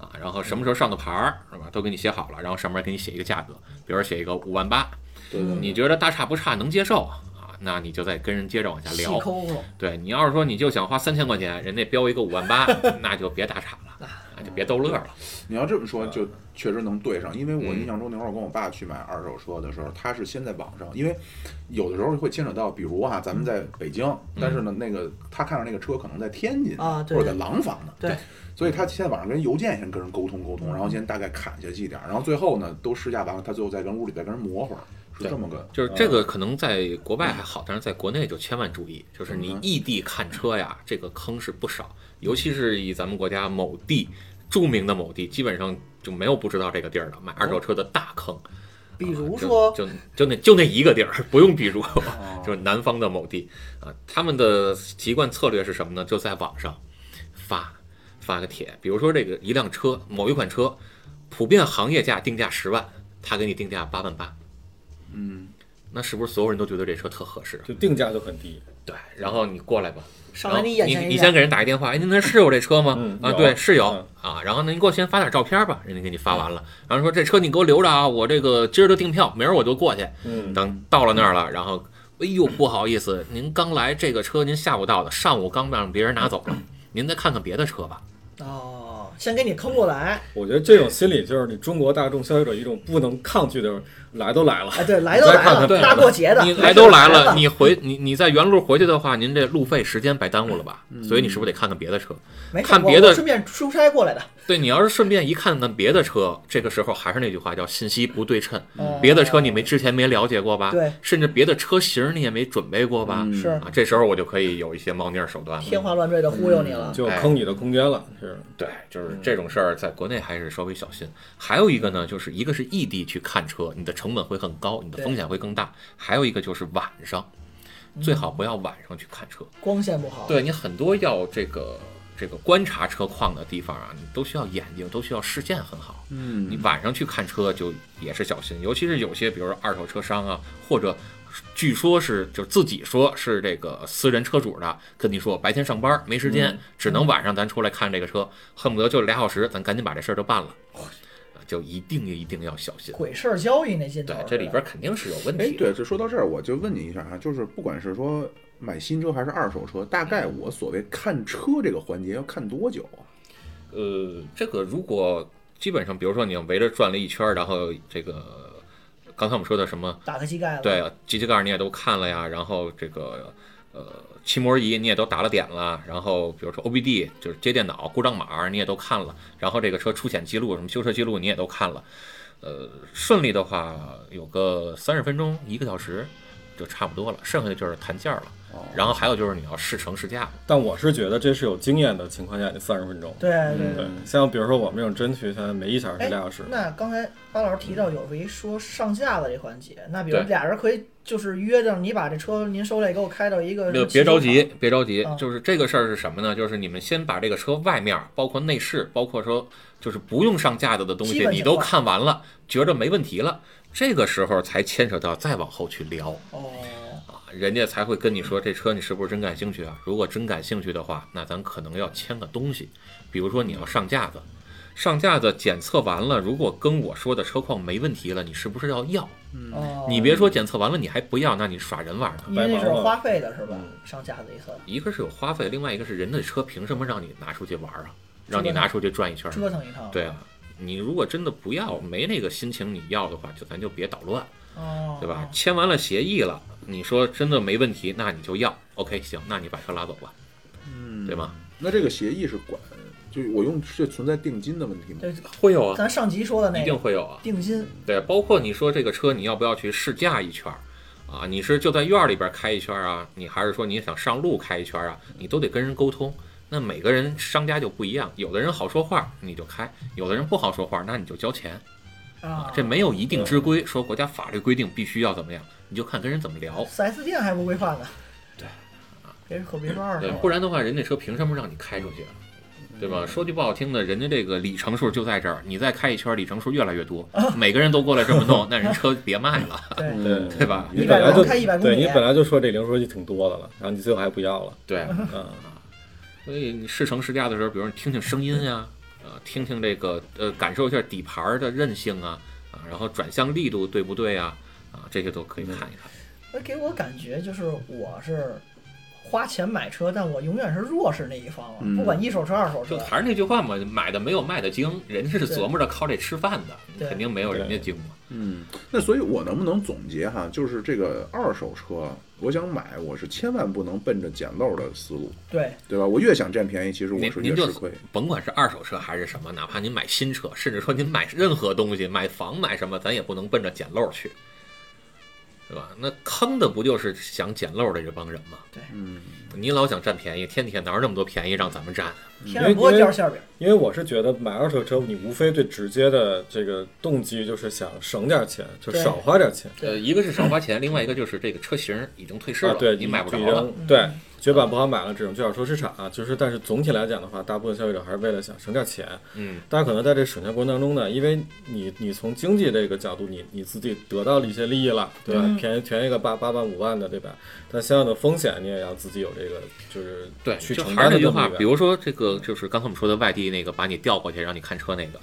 啊，然后什么时候上的牌儿是吧，都给你写好了，然后上面给你写一个价格，比如说写一个五万八，
对对
你觉得大差不差能接受啊，那你就再跟人接着往下
细
聊。
抠抠，
对你要是说你就想花三千块钱，人家标一个五万八， 那就别打岔了，啊就别逗乐了。
你要这么说，就确实能对上，因为我印象中那会儿我跟我爸去买二手车的时候，他是先在网上，因为有的时候会牵扯到，比如
嗯
啊，咱们在北京，但是呢，那个他看上那个车可能在天津
啊
或
对
者在廊坊呢，
对，
所以他先网上跟邮件先跟人沟通沟
嗯
通，然后先大概砍下去一点儿，然后最后呢，都试驾完了，他最后再跟屋里再跟人磨会儿，是
对
这么个。
啊
就是这个可能在国外还好，但是在国内就千万注意，就是
嗯
你异地看车呀，这个坑是不少，尤其是以咱们国家某地著名的某地，基本上就没有不知道这个地儿的买二手车的大坑。
哦
啊
比如
就
说哦
就就那就那一个地儿，不用比如，
啊
就是南方的某地啊，他们的习惯策略是什么呢？就在网上发发个帖，比如说这个一辆车，某一款车，普遍行业价定价十万，他给你定价八万八，
嗯，
那是不是所有人都觉得这车特合适啊？
就定价就很低。
对，然后你过来吧，
上
然
来
后
你
你
眼前一
你先
亮，
给人打一电话，哎，您那是有这车吗？
嗯
啊，
有
对，是有、
嗯
啊。然后呢，您给我先发点照片吧，人家给你发完了，然后说这车你给我留着啊，我这个今儿就订票，明儿我就过去。
嗯，
等到了那儿了，然后，哎呦，不好意思，您刚来这个车，您下午到的，上午刚让别人拿走了，您再看看别的车吧。
哦，先给你坑过来，
我觉得这种心理就是你中国大众消费者一种不能抗拒的，来都来了，
哎，对，来都来了，
对
大过节的，
你来都来了，你回你你在原路回去的话，
嗯
您这路费时间白耽误了吧？所以你是不是得看看别的车？
没事
看
我
别的
我顺便出差过来的，
对你要是顺便一看看别的车，这个时候还是那句话，叫信息不对称。
哦
嗯别的车你没之前没了解过吧？
对
甚至别的车型你也没准备过吧？
嗯
是
啊，这时候我就可以有一些猫腻儿手段了。
天花乱坠的忽悠你
嗯
了，
就
哎
坑你的空间了，是
对，
嗯
就是这种事儿，在国内还是稍微小心。还有一个呢，就是一个是异地去看车，你的成本会更高，你的
对
风险会更大；还有一个就是晚上，最好不要晚上去看车。
光线不好。
对你很多要这个这个观察车况的地方啊，你都需要眼睛，都需要视线很好。
嗯
你晚上去看车就也是小心，尤其是有些比如说二手车商啊，或者据说是就自己说是这个私人车主的，跟你说我白天上班没时间，
嗯
只能晚上咱出来看这个车，恨不得就俩小时，咱赶紧把这事儿就办了，呃就一定一定要小心。
鬼事儿交易那劲头
对
儿，，
这里边肯定是有问
哎
题，的。
对，这说到这儿，我就问你一下哈，就是不管是说买新车还是二手车，大概我所谓看车这个环节要看多久啊？
呃，这个如果基本上，比如说你围着转了一圈儿，然后这个刚才我们说的什么，
打开膝盖了。
对，啊机器盖儿你也都看了呀，然后这个呃漆膜仪你也都打了点了，然后比如说 OBD 就是接电脑故障码儿你也都看了，然后这个车出险记录什么修车记录你也都看了，呃，顺利的话有个三十分钟一个小时就差不多了，剩下的就是谈价儿了，然后还有就是你要试乘试驾了。
但我是觉得这是有经验的情况下，你三十分钟，
对
嗯
对
对，像比如说我们这种真去，现在每一小时
哎
是俩小时，
那刚才巴老师提到有一说上下的这环节，那比如
对
俩人可以就是约着你把这车您手里给我开到一个
那个别着急
骑手，
别着急
啊，
就是这个事儿是什么呢？就是你们先把这个车外面，包括内饰，包括说就是不用上架子的东
基
西，
本情况
你都看完了，觉着没问题了，这个时候才牵扯到再往后去聊
场哦，
啊，人家才会跟你说这车你是不是真感兴趣啊？如果真感兴趣的话，那咱可能要签个东西，比如说你要上架子，上架子检测完了，如果跟我说的车况没问题了，你是不是要要？
哦
你别说检测完了你还不要，那你耍人玩啊呢。
因为那
白
是
忙
有
了
花费的是吧？上架子一次
一个是有花费，另外一个是人的车凭什么让你拿出去玩儿啊？让你拿出去转一圈儿？
折腾一趟，
对啊，你如果真的不要，没那个心情你要的话，就咱就别捣乱，
哦，
对吧？签完了协议了，你说真的没问题，那你就要。OK，行，那你把车拉走吧，
嗯
对？吗？
那这个协议是管，就我用是存在定金的问题吗？
对，
会有啊，
哦咱上集说的那
一定
个
会有啊。
定金，
对，包括你说这个车你要不要去试驾一圈儿啊？你是就在院儿里边开一圈儿啊？你还是说你想上路开一圈儿啊？你都得跟人沟通。那每个人商家就不一样，有的人好说话你就开，有的人不好说话那你就交钱
啊，
这没有一定之规，说国家法律规定必须要怎么样，你就看跟人怎么聊。
四 S 店还不规范呢，对，别可别说二手
对
了，，
不然的话，人家车凭什么让你开出去啊？对吧？说句不好听的，人家这个里程数就在这儿，你再开一圈儿，里程数越来越多，每个人都过来这么弄，那人车别卖了，
对，
对
对吧？
你
一百
本来
公
就
里开一百公
对你
里，
本来就说这零数就挺多的了，然后你最后还 不要了，
对，
嗯，
所以你试乘试驾的时候，比如你听听声音呀、呃，听听这个呃，感受一下底盘儿的韧性啊，啊，然后转向力度对不对啊，啊，这些都可以看一看。
那给我感觉就是我是花钱买车，但我永远是弱势那一方了，
嗯
不管一手车二手车
就，还是那句话嘛，买的没有卖的精，人是
对
琢磨着靠这吃饭的，你
对
肯定没有人家
对
精嘛。
嗯，那所以，我能不能总结哈？就是这个二手车，我想买，我是千万不能奔着捡漏的思路，
对，
对吧？我越想占便宜，其实我
您
是越
您就
吃亏。
甭管是二手车还是什么，哪怕您买新车，甚至说您买任何东西，买房买什么，咱也不能奔着捡漏去，对吧？那坑的不就是想捡漏的这帮人吗？
嗯，
你老想占便宜，天底下哪有那么多便宜让咱们占？啊
天上不会掉馅饼，
因为我是觉得买二手车，你无非最直接的这个动机就是想省点钱，就
对
少花点钱
对
呃，一个是少花钱，另外一个就是这个车型已经退市
啊
了，，
对
你买不着
就已
了。嗯
经对，绝版不好买了，只能去二手车市场啊。就是，但是总体来讲的话，大部分消费者还是为了想省点钱，
嗯，
但可能在这省钱过程当中呢，因为你你从经济这个角度，你你自己得到了一些利益了，对吧？
嗯
便宜便宜个八八万五万的，对吧？但相应的风险你也要自己有这个，就是
对，
去
就
承
还是
担
那
的
句
这么
话
一，个
比如说这个就是刚才我们说的外地那个把你调过去让你看车那个，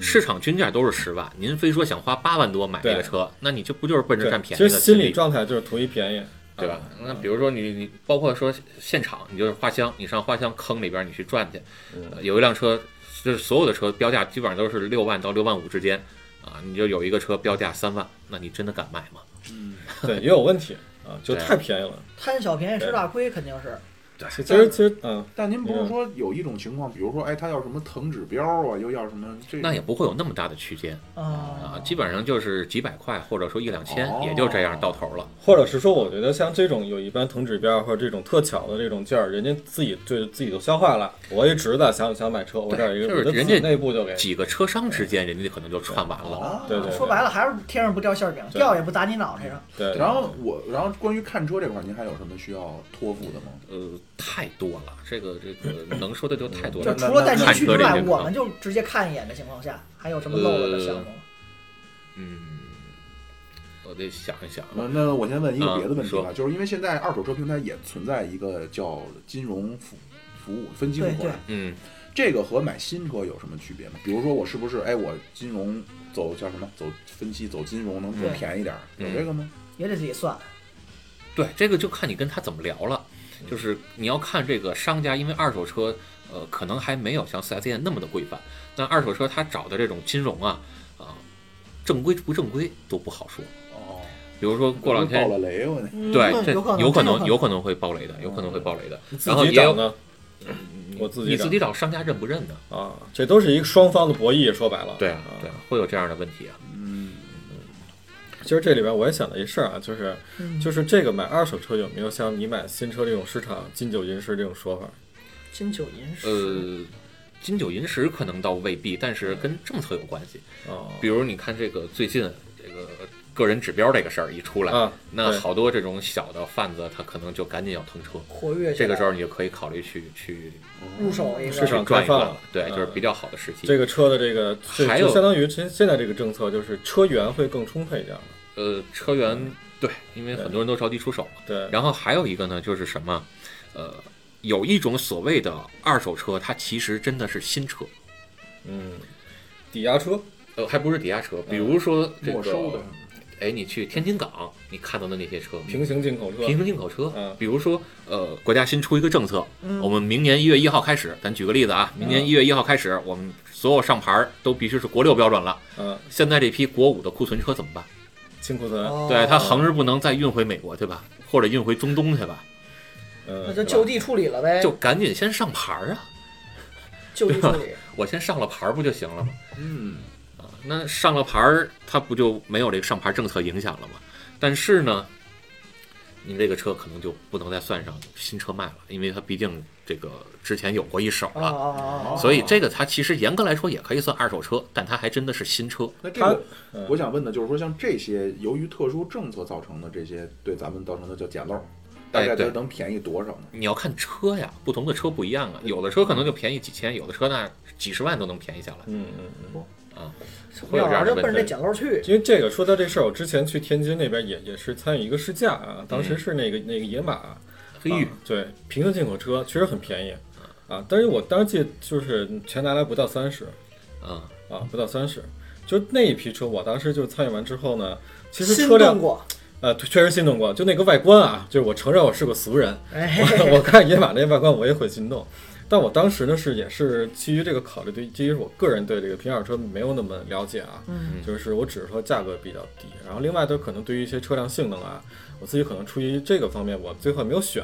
市场均价都是十万，您非说想花八万多买这个
嗯对
车，那你这不就是奔着
对
占便宜
其
的
实心
心
理
理
状态就是图一便宜，
对吧？那比如说你你包括说现场，你就是花乡，你上花乡坑里边你去转去，
嗯
呃有一辆车，就是所有的车标价基本上都是六万到六万五之间啊，你就有一个车标价三万，那你真的敢买吗？
对，也有问题啊，就
对
太便宜了。
贪小便宜吃大亏肯定是，
对
其其实其实嗯，
但您不是说有一种情况，比如说，哎，他要什么藤指标啊，又要什么这
那也不会有那么大的区间啊，
啊，
基本上就是几百块或者说一两千
哦，
也就这样到头了。
或者是说，我觉得像这种有一般藤指标或者这种特巧的这种券儿，人家自己就自己都消化了。我一侄子想想买车，我这儿有一个，
就
我
是
就
人
自己
家
内部就给
几个车商之间，人家可能就串完了。
啊
对对
说白了还是天上不掉馅儿饼，
对
掉也不砸你脑袋上。
对，
然后我，然后关于看车这块儿，您还有什么需要托付的吗？
呃，太多了，这个这 个能说的就太多
就
了。
除了带您
那
去之
那
外，
那
我们就直接看一眼的情况下，还有什么漏了
呃
的项目？
嗯，我得想一想啊。
呃那那我先问一个别的问题吧，
嗯
就是因为现在二手车平台也存在一个叫金融服服务分期付
对
款，
对，
嗯，
这个和买新车有什么区别吗？比如说我是不是哎，我金融走叫什么走分期走金融能更
对
便宜点儿，有
嗯
这个吗？
也得自己算。
对，这个就看你跟他怎么聊了。就是你要看这个商家，因为二手车，呃，可能还没有像 4S 店那么的规范。但二手车他找的这种金融啊，啊、正规不正规都不好说。
哦，
比如说过两天
爆，了雷我那
对，
嗯
这
有可能
有
真有可
可能
能嗯
有可能会爆雷的，有可能会爆雷的。
自
然后
己
也有
找呢，我自己
你
找
自己找商家认不认呢？
啊，这都是一个双方的博弈，说白了。
对啊，对啊，会有这样的问题啊。
嗯
其实这里边我也想到一事儿啊，就是
嗯，
就是这个买二手车有没有像你买新车这种市场金九银十这种说法？
金九银十，
呃，金九银十可能倒未必，但是跟政策有关系。
哦，
比如你看这个最近这个个人指标这个事儿一出来，
啊，
那
对
好多这种小的贩子他可能就赶紧要腾车，
活跃起
这
来
个时候你就可以考虑去去
嗯
入手一个
市场
去转一
开放
转
了
了，对，
嗯
就是比较好的时机。
这个车的这个，这
还
就
有
相当于现现在这个政策就是车源会更充沛一点了。
呃，车
嗯
源对，因为很多人都着急出手嘛。
对，
然后还有一个呢，就是什么，呃，有一种所谓的二手车，它其实真的是新车，
嗯，抵押车，
呃，还不是抵押车。比如说这
没收
个
的，，
哎，你去天津港，你看到的那些车，
嗯平行进口车，
平行进口车
嗯，
比如说，呃，国家新出一个政策，
嗯
我们明年一月一号开始，咱举个例子啊，明年
嗯
一月一号开始，我们所有上牌儿都必须是国六标准了。
嗯，
现在这批国五的库存车怎么办？
清库存，
哦
对，它横着不能再运回美国去吧，或者运回中东去吧，
嗯，
那就就地处理了呗，
就赶紧先上牌儿啊！
就地处 理。
我先上了牌儿不就行了吗？啊
嗯，
那上了牌儿，它不就没有这个上牌政策影响了吗？但是呢，您这个车可能就不能再算上新车卖了，因为它毕竟这个之前有过一手
啊
了。
啊啊啊！
哦
所以这个它其实严格来说也可以算二手车，但它还真的是新车。
那这
它
个
嗯
我想问的就是说，像这些由于特殊政策造成的这些对咱们造成的叫捡漏，大
哎
概
对
它能便宜多少呢？
你要看车呀，不同的车不一样啊，
嗯
有的车可能就便宜几千，有的车那几十万都能便宜下来
嗯嗯嗯，
啊。会有
妙
这样
儿
的
就奔
问
着这
题。
捡漏去，
因为这个说到这事儿，我之前去天津那边也也是参与一个试驾啊，当时是那个、那个野马，
嗯黑
啊
玉，
对，平行进口车确实很便宜啊，但是我当时记得就是全拿来不到三十
嗯，
啊，不到三十，就那一批车，我当时就参与完之后呢，其实
心
车辆
动过，
呃对确实心动过，就那个外观啊，就是我承认我是个俗人，
哎，
我我看野马那外观我也会心动，但我当时呢是也是基于这个考虑，对，基于我个人对这个平价车没有那么了解啊，
嗯
就是我只是说价格比较低，然后另外都可能对于一些车辆性能啊，我自己可能出于这个方面我最后没有选。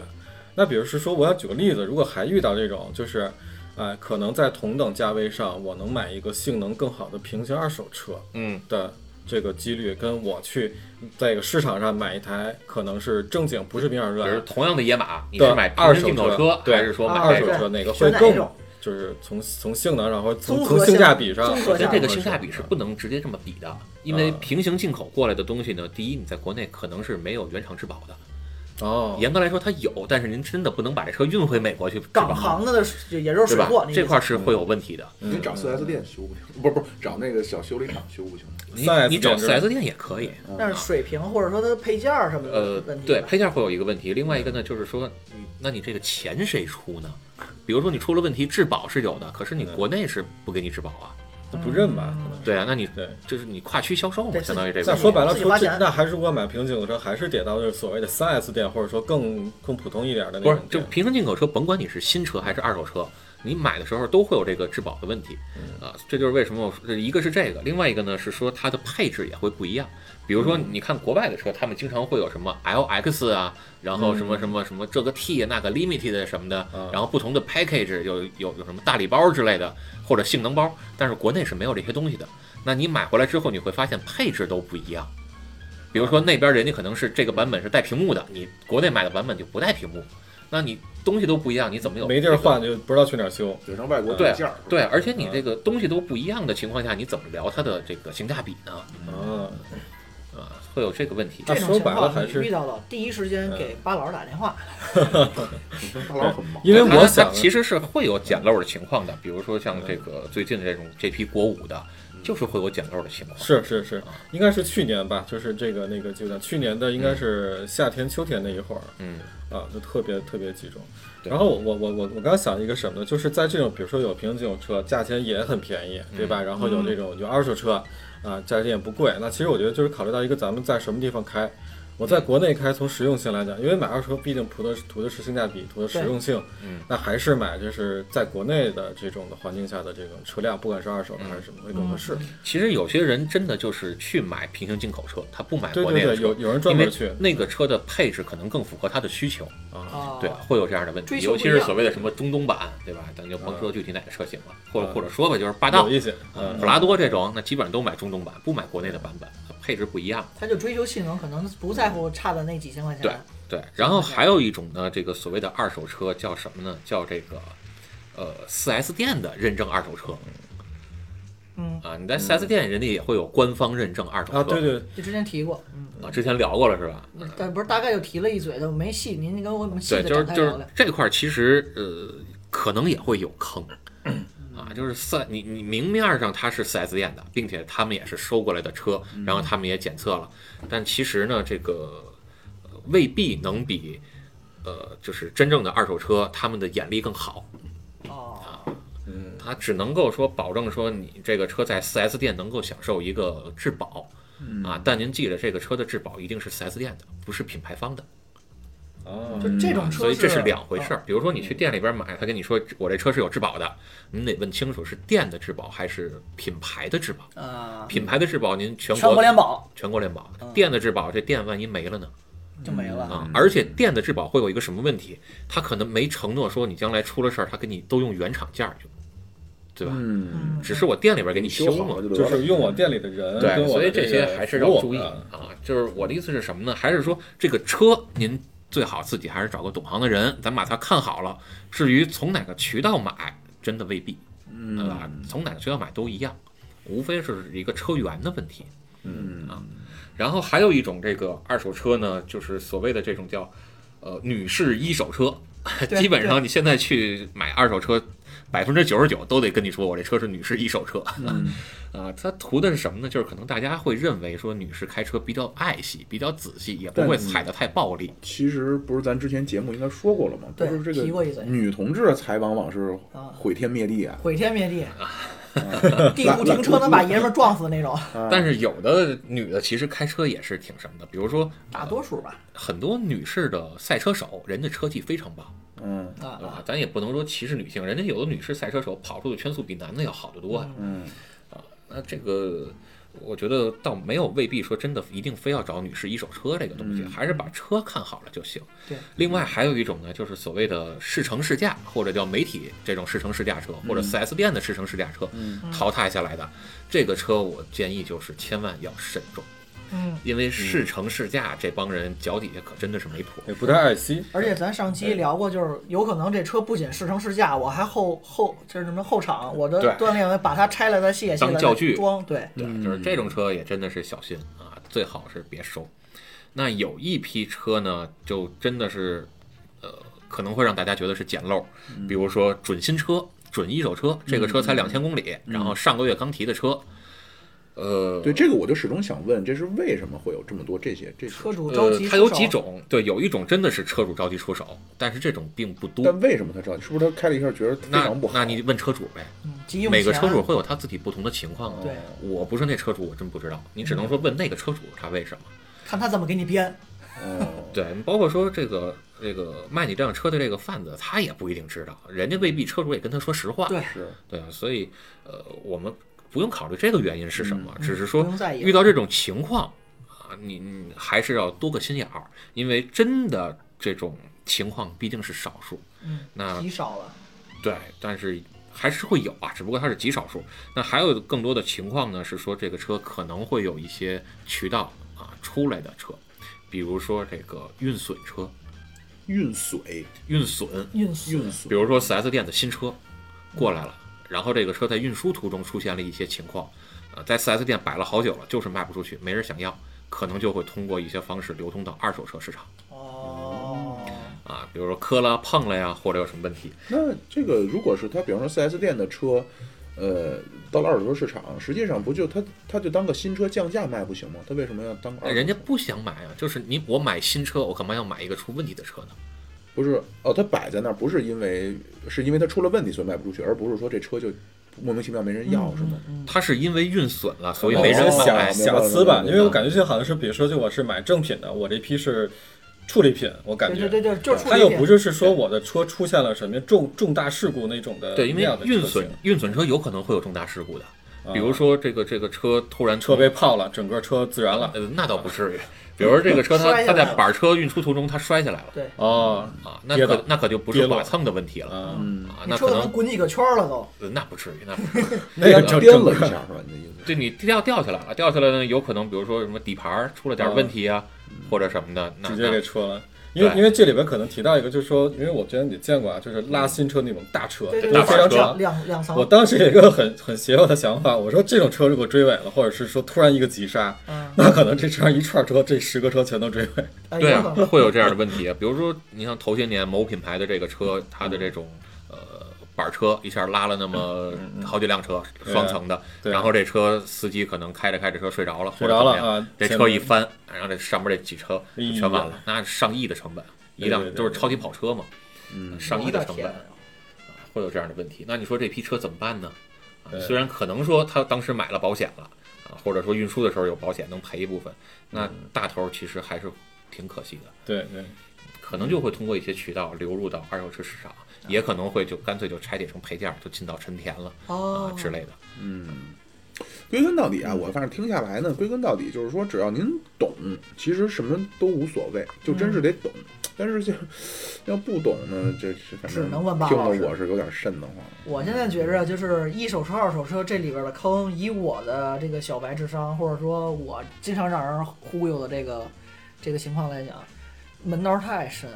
那比如是说，我要举个例子，如果还遇到这种就是。呃，可能在同等价位上，我能买一个性能更好的平行二手车
嗯，
的这个几率，跟我去在一个市场上买一台可能是正经不是平价车
比
啊，
如同样的野马，你
对
是买平
二
行
手
进口
车对
还是说
啊
买
二
这
手
个？
车哪个
选
会
哪一
更
种？
就是从从性能上或者从
综
从
合
性
性
价比上，
综合
首
性
先，这个性价比是不能直接这么比的，因为平行进口过来的东西呢，第一，你在国内可能是没有原厂质保的。
哦，
严格来说，它有，但是您真的不能把这车运回美国去质保
港行的是也就是
对
水
吧
货，？
这块儿是会有问题的。
嗯
你找四 S 店修不行，不是不是找那个小修理厂修不行吗？
你
4S
你找
店是
4
吧
S 店也可以。
但是水平或者说它的配件儿什么
呃
的问，题吧，
对，配件会有一个问题，另外一个呢就是说，你那你这个钱谁出呢？比如说你出了问题，质保是有的，可是你
嗯
国内是不给你质保啊。
那不认吧？可
嗯
能
对啊，那你
对。
就是你跨区销售嘛，
对自己
相当于这
再
个。
说白了，
自己
除
花
这
钱
那还是如果买平行进口车，还是得到就是所谓的三 S 店，或者说更更普通一点的那
不是
种，
就
店。
平行进口车，甭管你是新车还是二手车，你买的时候都会有这个质保的问题，
嗯
啊，这就是为什么我说一个是这个，另外一个呢是说它的配置也会不一样。比如说，
嗯
你看国外的车，他们经常会有什么 LX 啊，然后什么什么什么这个 T 那个 Limited 什么的
嗯，
然后不同的 package 有有有什么大礼包之类的，或者性能包，但是国内是没有这些东西的。那你买回来之后，你会发现配置都不一样。比如说那边人家可能是这个版本是带屏幕的，你国内买的版本就不带屏幕，那你东西都不一样，你怎么有
没地
这
儿
个
换就嗯不知道去哪儿修。
得上外国
对
软件儿，
对，而且你这个东西都不一样的情况下，你怎么聊它的这个性价比呢？嗯
啊，
啊，会有这个问题。
那
这种
说
情
白了
况
还
你
是
遇到了，第一时间给
嗯
巴老师打电话。
大佬很忙，
因为
它
我
它
想嗯
其实是会有捡漏的情况的，比如说像这个最近这种这批国五的，就是会有捡漏的情况。
是是是，应该是去年吧，就是这个那个阶段，去年的应该是夏天、秋天那一会儿，
嗯，
啊，就特别特别集中。
对
然后我我我我我刚想一个什么呢？就是在这种比如说有平这种车，价钱也很便宜，对
嗯
吧？然后有这种有二手车，啊，价钱也不贵。那其实我觉得就是考虑到一个咱们在什么地方开。我
嗯
在国内开，从实用性来讲，因为买二手车毕竟图的是图的是性价比，图的实用性，
嗯，
那还是买就是在国内的这种的环境下的这种车辆，不管是二手的还是什么，会更
嗯
合适。
其实有些人真的就是去买平行进口车，他不买
对
国
对
内的车，
对，有有人专
因为
门去
那个车的配置可能更符合他的需求。
啊，
啊，
对，会有这样的问题，
追求不
尤
一
其
样
是所谓的什么中东版，对吧？咱就甭说具体哪个车型了，或者或者说吧，就是霸道
嗯
呃
有意思。嗯，
普拉多这种，那基本上都买中东版，不买国内的版本，配置不一样。
他就追求性能，可能不在乎差的那几千块钱。
对对，然后还有一种呢，这个所谓的二手车叫什么呢？叫这个呃 4S 店的认证二手车
嗯，
啊，你在 4S 店人家也会有官方认证二手车
啊，对对，
就之前提过，嗯，
啊之前聊过了是吧？嗯
但不是大概就提了一嘴，就没细，您跟我们细
对，
的
就是
展开
就
聊
是
聊。
这块儿其实呃可能也会有坑。啊，就是四，你你明面上它是 4S 店的，并且他们也是收过来的车，然
嗯
后他们也检测了，但其实呢，这个呃未必能比呃，就是真正的二手车他们的眼力更好，
哦，
嗯，
它只能够说保证说你这个车在 4S 店能够享受一个质保。啊，但您记着，这个车的质保一定是 4S 店的，不是品牌方的，
啊，
就这种车
嗯所以哦这是两回
啊
事儿。比如说你去店里边买，他跟你说我这车是有质保的，您得问清楚是店的质保还是品牌的质保。
啊，
品牌的质保您全国
全国联保
全国联保
嗯，
店的质保这店万一没了呢？
就没了。
啊，而且店的质保会有一个什么问题？他可能没承诺说你将来出了事儿，他给你都用原厂价儿用，对吧？
嗯，
嗯，
只是我店里边给你修
修
嘛
好了，就得
就
了
是用我店里的人跟
对，
我
所以
的这
些
个
还是
服
要
务
注意
啊
啊。就是我的意思是什么呢？还是说这个车您最好自己还是找个懂行的人，咱把它看好了。至于从哪个渠道买，真的未必，
嗯
对吧？从哪个渠道买都一样，无非是一个车源的问题。
嗯
啊，然后还有一种这个二手车呢，就是所谓的这种叫呃女士一手车，
对
基本上你现在去买二手车，百分之九十九都得跟你说我这车是女士一手车。啊，它图的是什么呢？就是可能大家会认为说女士开车比较爱惜、比较仔细，也不
但嗯
会
你
踩得太暴力。
其实不是咱之前节目应该说过了吗？
对
就是这
提过一嘴
嗯
个女同志才往往是
啊
毁天灭地啊，
毁天灭地， 地库停车能把爷们儿撞死那 种，
啊
但是有的女的其实开车也是挺什么的，比如说
大多数吧。
很多女士的赛车手，人家车技非常棒。
嗯
啊
对吧
啊，？
咱也不能说歧视女性，人家有的女士赛车手跑出的圈速比男的要好得多啊。
嗯，
那这个，我觉得倒没有未必说真的一定非要找女士一手车这个东西，还是把车看好了就行。
嗯对。
另外还有一种呢，就是所谓的试乘试驾，或者叫媒体这种试乘试驾车，
嗯
或者 4S 店的试乘试驾车淘汰下来的，这个车我建议就是千万要慎重，
嗯，
因为试乘试驾这帮人脚底下可真的是没谱。
也不太爱惜。
而且咱上期聊过，就是有可能这车不仅试乘试驾，我还后后就是什么后厂，我的
对
锻炼把它拆了再卸下来
当教具
装，对，
对，就是
嗯
这种车也真的是小心啊，最好是别收。那有一批车呢，就真的是，呃，可能会让大家觉得是捡漏，
嗯
比如说准新车、准一手车，这个车才两千公里，
嗯
然后上个月刚提的车，呃，
对，这个我就始终想问，这是为什么会有这么多这些这些？
车主着
呃
急，出手，
它有几种，对，有一种真的是车主着急出手，但是这种并不多。
但为什么他着急？是不是他开了一下觉得非
那
常不好？
那你问车主呗，
嗯，急用
每个
钱
车主会有他自己不同的情况啊。
对嗯
我不是那车主，我真不知道。你只能说问那个车主他为什么。
看他怎么给你编，
哦，
对，包括说这个这个卖你这辆车的这个贩子，他也不一定知道，人家未必车主也跟他说实话。
对
是，
对啊，所以呃，我们不用考虑这个原因是什么，
嗯
只是说
不用在意
遇到这种情况啊，你你还是要多个心眼儿，因为真的这种情况毕竟是少数。
嗯，
那
极少了。
对，但是还是会有啊，只不过它是极少数。那还有更多的情况呢，是说这个车可能会有一些渠道啊出来的车，比如说这个运损车、
运水，
运损，
运输
运
比
水，
如说 4S 店的新车过来了，然后这个车在运输途中出现了一些情况，呃，在 4S 店摆了好久了，就是卖不出去，没人想要，可能就会通过一些方式流通到二手车市场
哦，
啊，比如说磕了、碰了呀，或者有什么问题，
那这个如果是他，比方说 4S 店的车，呃，到了二手车市场，实际上不就他他就当个新车降价卖不行吗？他为什么要当个二手车？
人家不想买啊，就是你我买新车，我干嘛要买一个出问题的车呢？
不是哦，他摆在那儿不是因为是因为他出了问题所以卖不出去，而不是说这车就莫名其妙没人要是吗？
嗯，
它是因为运损了， 所以
啊
哦
没人
想
买。啊
明白
瑕
了
疵吧
明白，了
因为我感觉这好像是，比如说，就我是买正品的，我这批是处理品，我感
对
觉
对对对，就是
它又不是是说我的车出现了什么重重大事故那种的
对，因
那
为
样的
运
车
损
型
运损车有可能会有重大事故的，比如
啊
说这个这个车突然
车被泡了，整个车自燃了。
呃那倒不至于，比如说这个车它
摔下
它
来了
在板车运输途中它摔下来了
对，
哦，
啊，那
跌
可
倒
那可就不
跌
是
落
剐蹭的问题了
啊，
嗯，
啊，
你
那
车
可
可能
能
滚几个圈儿了都。
呃那不至于，那不至于
那
个
个
整
颠
整
了一
个
下是吧？你的意思？
对你掉掉下来了，掉下来呢有可能比如说什么底盘儿出了点问题啊，或者什么的，那
直接
那
给车了。因为
对
因为这里边可能提到一个，就是说，因为我觉得你见过啊，就是拉新车那种大车，
对对
都
对，
大
非
板
常
车
长
两。两两层
我。当时有一个很很邪恶的想法，我说这种车如果追尾了，或者是说突然一个急刹，
嗯，
那可能这车上一串车，这十个车全都追尾。
哎
对
有
啊
可能，
会有这样的问题。啊比如说，你像头些年某品牌的这个车，它的这种呃板车一下拉了那么好几辆车，
嗯对啊
双层的，
对啊
然后这车司机可能开着开着车睡着了，
睡着
或
了
者怎么样
啊
这
前
车
面
一翻，然后这上面这几车就全完了，那上亿的成本，一
哎对对
辆
对
都是超级跑车嘛，
嗯
上亿
我
的
的
成
天
本
啊
会有这样的问题。那你说这批车怎么办呢？啊
对
虽然可能说他当时买了保险了啊，或者说运输的时候有保险能赔一部分，那
嗯
大头其实还是挺可惜的。
对对，
可
嗯
能就会通过一些渠道流入到二手车市场，也可能会就干脆就拆解成配件儿，就进到陈田了啊
哦，
之类的。
嗯，归根到底啊，我反正听下来呢，归根到底就是说，只要您懂，其实什么都无所谓，就真是得懂。但是就要不懂呢，这是反
只
正
能问巴
听
老
得
师
我是有点瘆得慌。
我现在觉着就是一手车、二手车这里边的坑，以我的这个小白智商，或者说我经常让人忽悠的这个这个情况来讲，门道太深，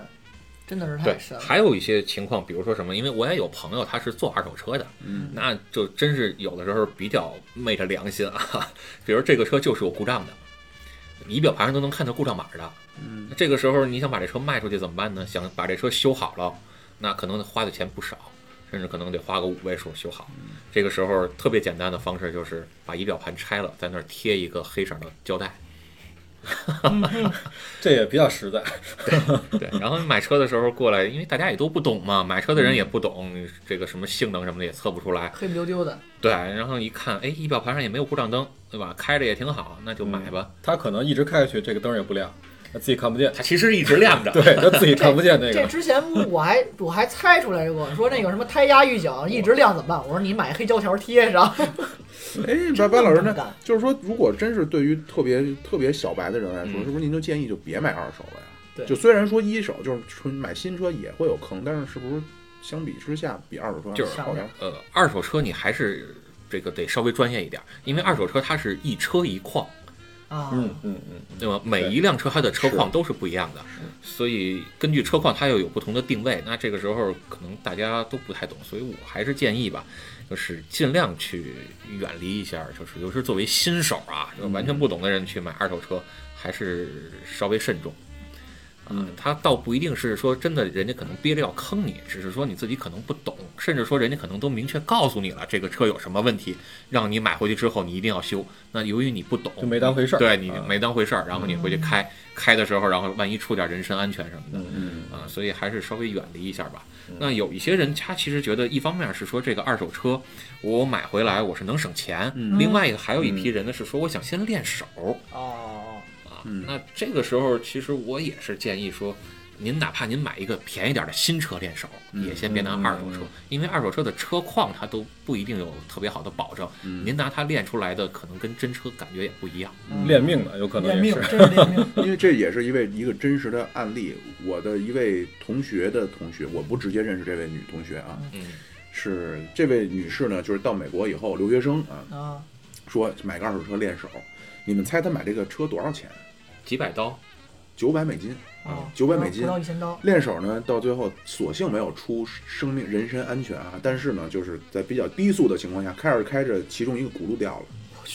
真的是
对
太深，了。
还有一些情况，比如说什么，因为我也有朋友他是做二手车的，
嗯，
那就真是有的时候比较昧着良心啊。 比如这个车就是有故障的，仪表盘上都能看到故障码的。
嗯，
这个时候你想把这车卖出去怎么办呢？想把这车修好了，那可能花的钱不少，甚至可能得花个五位数修好。这个时候特别简单的方式就是把仪表盘拆了，在那儿贴一个黑色的胶带。
嗯
这也比较实在。
对，然后买车的时候过来，因为大家也都不懂嘛，买车的人也不懂这个什么性能什么的也测不出来。
黑不溜丢的。
对，然后一看，哎，仪表盘上也没有故障灯，对吧？开着也挺好，那就买吧。
他可能一直开下去，这个灯也不亮，他自己看不见。
嗯它其实一直亮 着。
对他自己看不见那
这
个。
之前我 还我还猜出来过，说那个什么胎压预警一直亮怎么办？我说你买黑胶条贴上，
哎，
真
巴
的
巴老师
这么
呢
干？
就是说，如果真是对于特别特别小白的人来说，
嗯
是不是您就建议就别买二手了呀？
对
就虽然说一手就是纯买新车也会有坑，但是是不是相比之下比二手车
就是
好 点？
呃，二手车你还是这个得稍微专业一点，因为二手车它是一车一况，
啊，
嗯嗯嗯，
对吧？每一辆车它的车况都是不一样的，所以根据车况它又有不同的定位。那这个时候可能大家都不太懂，所以我还是建议吧，就是尽量去远离一下，就是尤其是作为新手啊，就完全不懂的人去买二手车，还是稍微慎重。啊，他倒不一定是说真的，人家可能憋着要坑你，只是说你自己可能不懂，甚至说人家可能都明确告诉你了，这个车有什么问题，让你买回去之后你一定要修。那由于你不懂，
就没当回事儿
对你
啊
没当回事儿，然后你
嗯
回去开开的时候，然后万一出点人身安全什么的，
嗯，
啊，所以还是稍微远离一下吧。那有一些人他其实觉得，一方面是说这个二手车我买回来我是能省钱，
嗯
另外一个还有一批人呢是说我想先练手
哦，
啊，
嗯
那这个时候，其实我也是建议说，您哪怕您买一个便宜点的新车练手，
嗯
也先别拿
嗯
二手车
嗯，
因为二手车的车况它都不一定有特别好的保证，
嗯
您拿它练出来的可能跟真车感觉也不一样。
嗯
嗯
练命的有可
练
能也
命
是，，
真是练 命。
因为这也是一位一个真实的案例。我的一位同学的同学，我不直接认识这位女同学啊，
嗯
是这位女士呢，就是到美国以后留学生啊，
啊，
说买个二手车练手。你们猜她买这个车多少钱？
几百刀，
九百美金
嗯
啊，
900美金
不到一千刀，
练手呢，到最后索性没有出生命人身安全啊，但是呢，就是在比较低速的情况下，开着开着，其中一个轱辘掉了，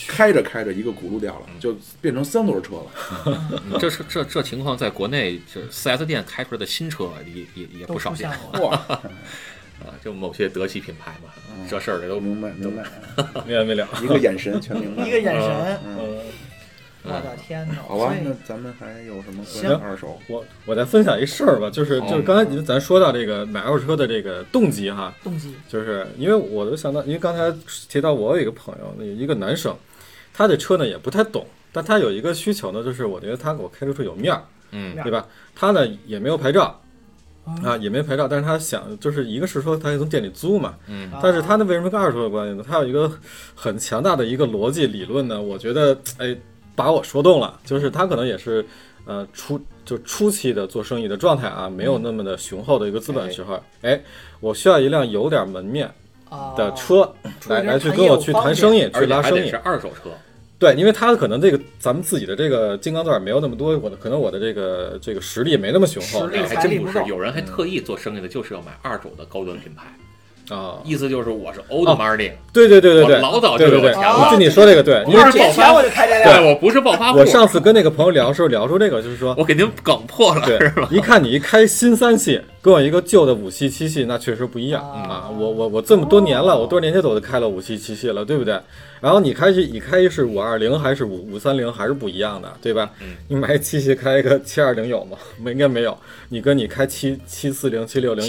开着开着一个轱辘掉了，就变成三轮车了。
嗯这是这这情况在国内这 4S 店开出来的新车啊也也也
都
不少
出现
见啊，
过。
哇，
就某些德系品牌嘛，
嗯
这事儿也都
明白明白，
练不了。
一个眼神全 明白了。
一个眼神，
嗯，
我的天哪！
好吧
所，以
那咱们还有什么关于
行
二手？
我我再分享一事儿吧，
哦
就是就是
好
刚才你们咱说到这个买二手车的这个动机哈，
动机
就是因为我就想到，因为刚才提到我有一个朋友，有一个男生，他对车呢也不太懂，但他有一个需求呢，就是我觉得他给我开这车有面儿，
嗯
面儿
对吧？他呢也没有牌照
啊，
啊，也没牌照，但是他想就是一个是说他可以从店里租嘛，
嗯
但是他呢为什么跟二手车有关系呢？他有一个很强大的一个逻辑理论呢，我觉得哎把我说动了，就是他可能也是呃初就初期的做生意的状态啊，没有那么的雄厚的一个资本时候，哎，我需要一辆有点门面。
啊
的
哦
车
出
来
来
来去
谈
跟
业
我
务
去
方
谈
便
生意，去
而且
拉
还
生
得
意
是。二手车，
对，因为他可能这个咱们自己的这个金刚钻没有那么多，我的可能我的这个这个实力没那么雄厚
实力
还
财力
真不
不
是
够，
有人还特
嗯
意做生意的，就是要买二手的高端品牌，
啊。
意思就是我是 old
哦
money，
对对对对对，
我老早就
对
有
对对，
钱
了
就你说这个对，因为
我
二
是
十
暴
年前
发
我就开这 辆，
对我不是暴发户，
我上次跟那个朋友聊的时候聊出这个，就是说，
我给您梗破了，
对
是吧？，
一看你一开新三系，跟我一个旧的五系、七系，那确实不一样
啊
啊！我我我这么多年了，我多少年前我就开了五系、七系了，对不对？然后你开是，你开是五二零还是五五三零，还是不一样的，对吧？
嗯
你买七系开一个七二零有吗？没，应该没有。你跟你开七七四零、七六零、
730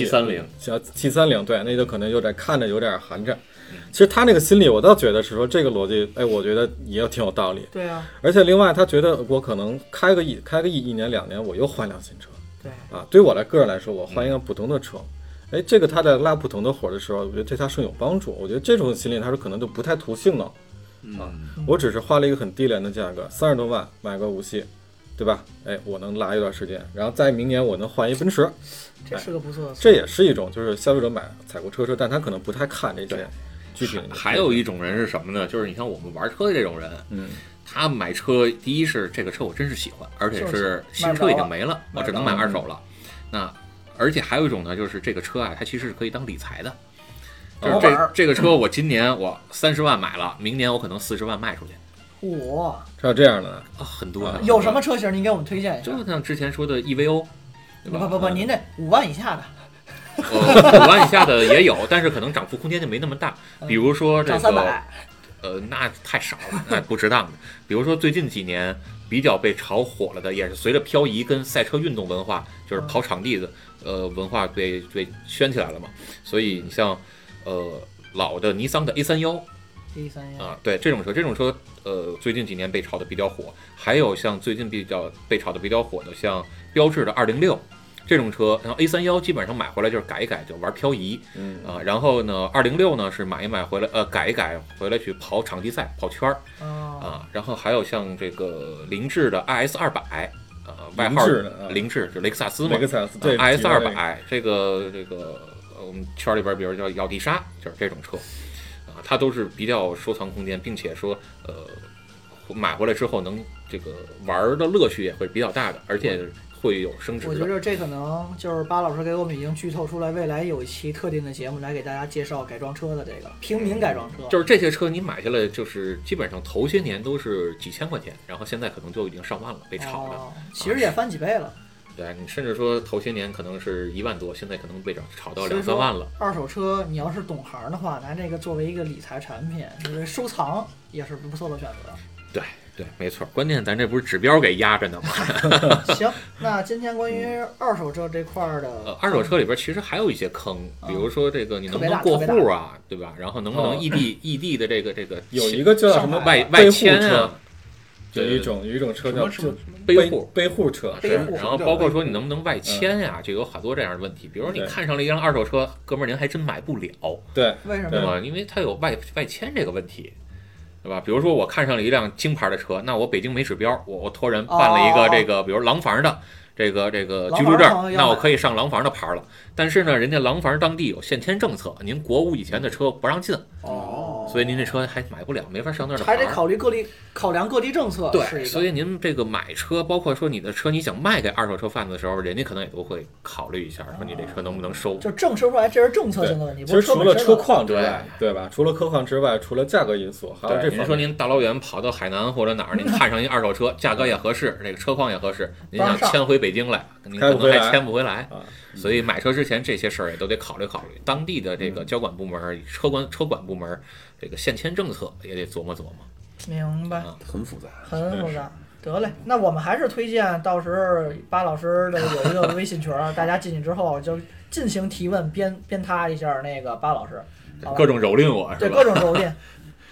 像七三零，对，那就可能有点看着有点寒碜。其实他那个心理，我倒觉得是说这个逻辑，哎，我觉得也挺有道理。
对啊，
而且另外，他觉得我可能开个一开个一一年两年，我又换辆新车。
对，
啊，对我来个人来说，我换一辆普通的车，哎，这个他在拉普通的活儿的时候，我觉得对他是有帮助。我觉得这种心理，他说可能就不太图性能啊，
嗯
我只是花了一个很低廉的价格，三十多万买个五系，对吧？哎，我能拉一段时间，然后在明年我能换一奔驰，
这是个不错的思
这也是一种就是消费者买采购车车，但他可能不太看这些具体的。
还有一种人是什么呢？就是你像我们玩车的这种人，
嗯，
他买车，第一是这个车我真是喜欢，而且是新车已经没了，我只能买二
嗯
手了。那而且还有一种呢，就是这个车啊，它其实是可以当理财的。就是
老板
这
儿
这个车，我今年我三十万买了，明年我可能四十万卖出去
嗯
路。我
还有这样的呢，
啊，很多啊
有什么？车型您给我们推荐一下？
就像之前说 的 EVO，对
不
吧？
不
嗯
不，您那五万以下的
呃，五万以下的也有，但是可能涨幅空间就没那么大。比如说这
涨三
个
百，
呃，那太少了，那不值当的。比如说最近几年比较被炒火了的，也是随着漂移跟赛车运动文化，就是跑场地的呃文化被被圈起来了嘛。所以你像呃老的尼桑的 A 三幺
一
嗯
哦三幺，
啊，对这种车，这种车呃最近几年被炒的比较火，还有像最近比较被炒的比较火的，像标致的二零六。这种车，然后 A 三幺基本上买回来就是改一改，就玩漂移，
嗯
啊，然后呢，二零六呢是买一买回来，呃，改一改回来去跑场地赛、跑圈儿，
嗯
啊，
啊，然后还有像这个凌志的 IS 二百，啊，外号
凌志的啊
凌志就雷克萨斯嘛
雷克萨斯对
，IS 啊二
提到
百这个这个呃我们圈里边比如叫咬地鲨，就是这种车，啊，它都是比较收藏空间，并且说呃买回来之后能这个玩儿的乐趣也会比较大的，而且会有升值
我觉
的。
得这可能就是巴老师给我们已经剧透出来，未来有一期特定的节目来给大家介绍改装车的这个平民改装车，
就是这些车你买下来，就是基本上头些年都是几千块钱，然后现在可能就已经上万了，被炒啊的。
哦，其实也翻几倍了。
对你甚至说头些年可能是一万多，现在可能被炒炒到
所以
两
说
三万了。
二手车，你要是懂行的话，拿这个作为一个理财产品，就是收藏也是不错的选 择。
对对，没错。关键咱这不是指标给压着呢吗？
行，那今天关于二手车这块儿
呃
的，
二手车里边其实还有一些坑，比如说这个你能不能
特别
过
大特别大
户啊，对吧？然后能不能
哦
异地异地的这个这个
有一个叫什么
上海
外
备
外
户
迁
车
啊，
有一种有一种车
什
叫
么车什么
背户
背户车，
背
是
户
然后包括说你能不能外迁呀、这有很多这样的问题。比如说你
对
看上了一辆二手车，哥们儿您还真买不了，
对，
为什么
对
呀？
吧？因为它有外外迁这个问题，对吧？比如说我看上了一辆京牌的车，那我北京没指标，我我托人办了一
哦
个这个，比如廊坊的。这个这
廊
个
坊
居住
的朋友
证，
要
那我
买
可以上廊坊的牌儿了。但是呢，人家廊坊当地有限迁政策，您国五以前的车不让进，
哦，
所以您这车还买不了，没法上那儿的牌
还
儿。
得考虑各地考量各地政策，是
对，
一
所
个。
以您这个买车，包括说你的车，你想卖给二手车贩子的时候，人家可能也都会考虑一下，说你这车能不能收。
就证实出来这是政策
对
性的问题，
其
不
实
是车
除
本
了
身
车
的
况之外，对吧？除了车况之外，除了价格因素，还有啊这
对，您
方面。
说您大老远跑到海南或者哪儿，您看上一二手 车，价格也合适，这个车况也合适，您
当
想
然上
迁回北京来，您
开
可
不
能
回来
还迁不回来
啊。
所以买车之前这些事儿也都得考虑考虑，当地的这
嗯
个交管部门、车管车管部门这个限迁政策也得琢磨琢磨。
明白，
很复杂。
很复杂。得嘞，那我们还是推荐到时候巴老师的有一个微信群儿，大 家进去之后就进行提问，鞭鞭挞一下那个巴老师，好吧
各种蹂躏我是
对
吧
各？种蹂躏，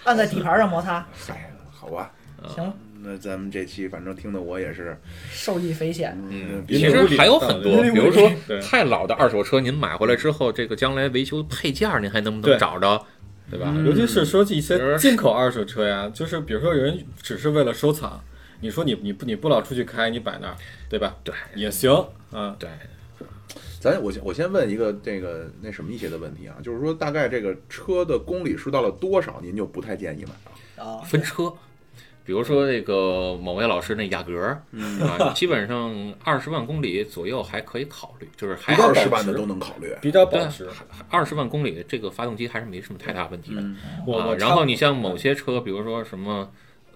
按在底盘上摩擦，
嗨，好吧，
行
啊
了，
那咱们这期反正听的我也是，
受益匪浅。
嗯，
别
其
理
实
我理
还有
啊
很
别
多，
理
比
我
如
理
说
对
太老的二手车，您买回来之后，这个将来维修配件儿您还能不
对
能找着，对吧？
嗯
尤其是说一
比
些
如
进口二手车呀，就是比如说有人只是为了收藏，你说你你不你不老出去开，你摆那儿，对吧？
对
也行啊，
对，
咱我先我先问一个这个那什么一些的问题啊，就是说大概这个车的公里数到了多少，您就不太建议买了。
啊，
分车，比如说那个某位老师那雅阁儿，啊，基本上二十万公里左右还可以考虑，就是还
二
保
十
值
万的都能考虑。
比较
对
保值。
二十万公里这个发动机还是没什么太大问题的。
嗯
我
啊
我，
然后你像某些车，比如说什么，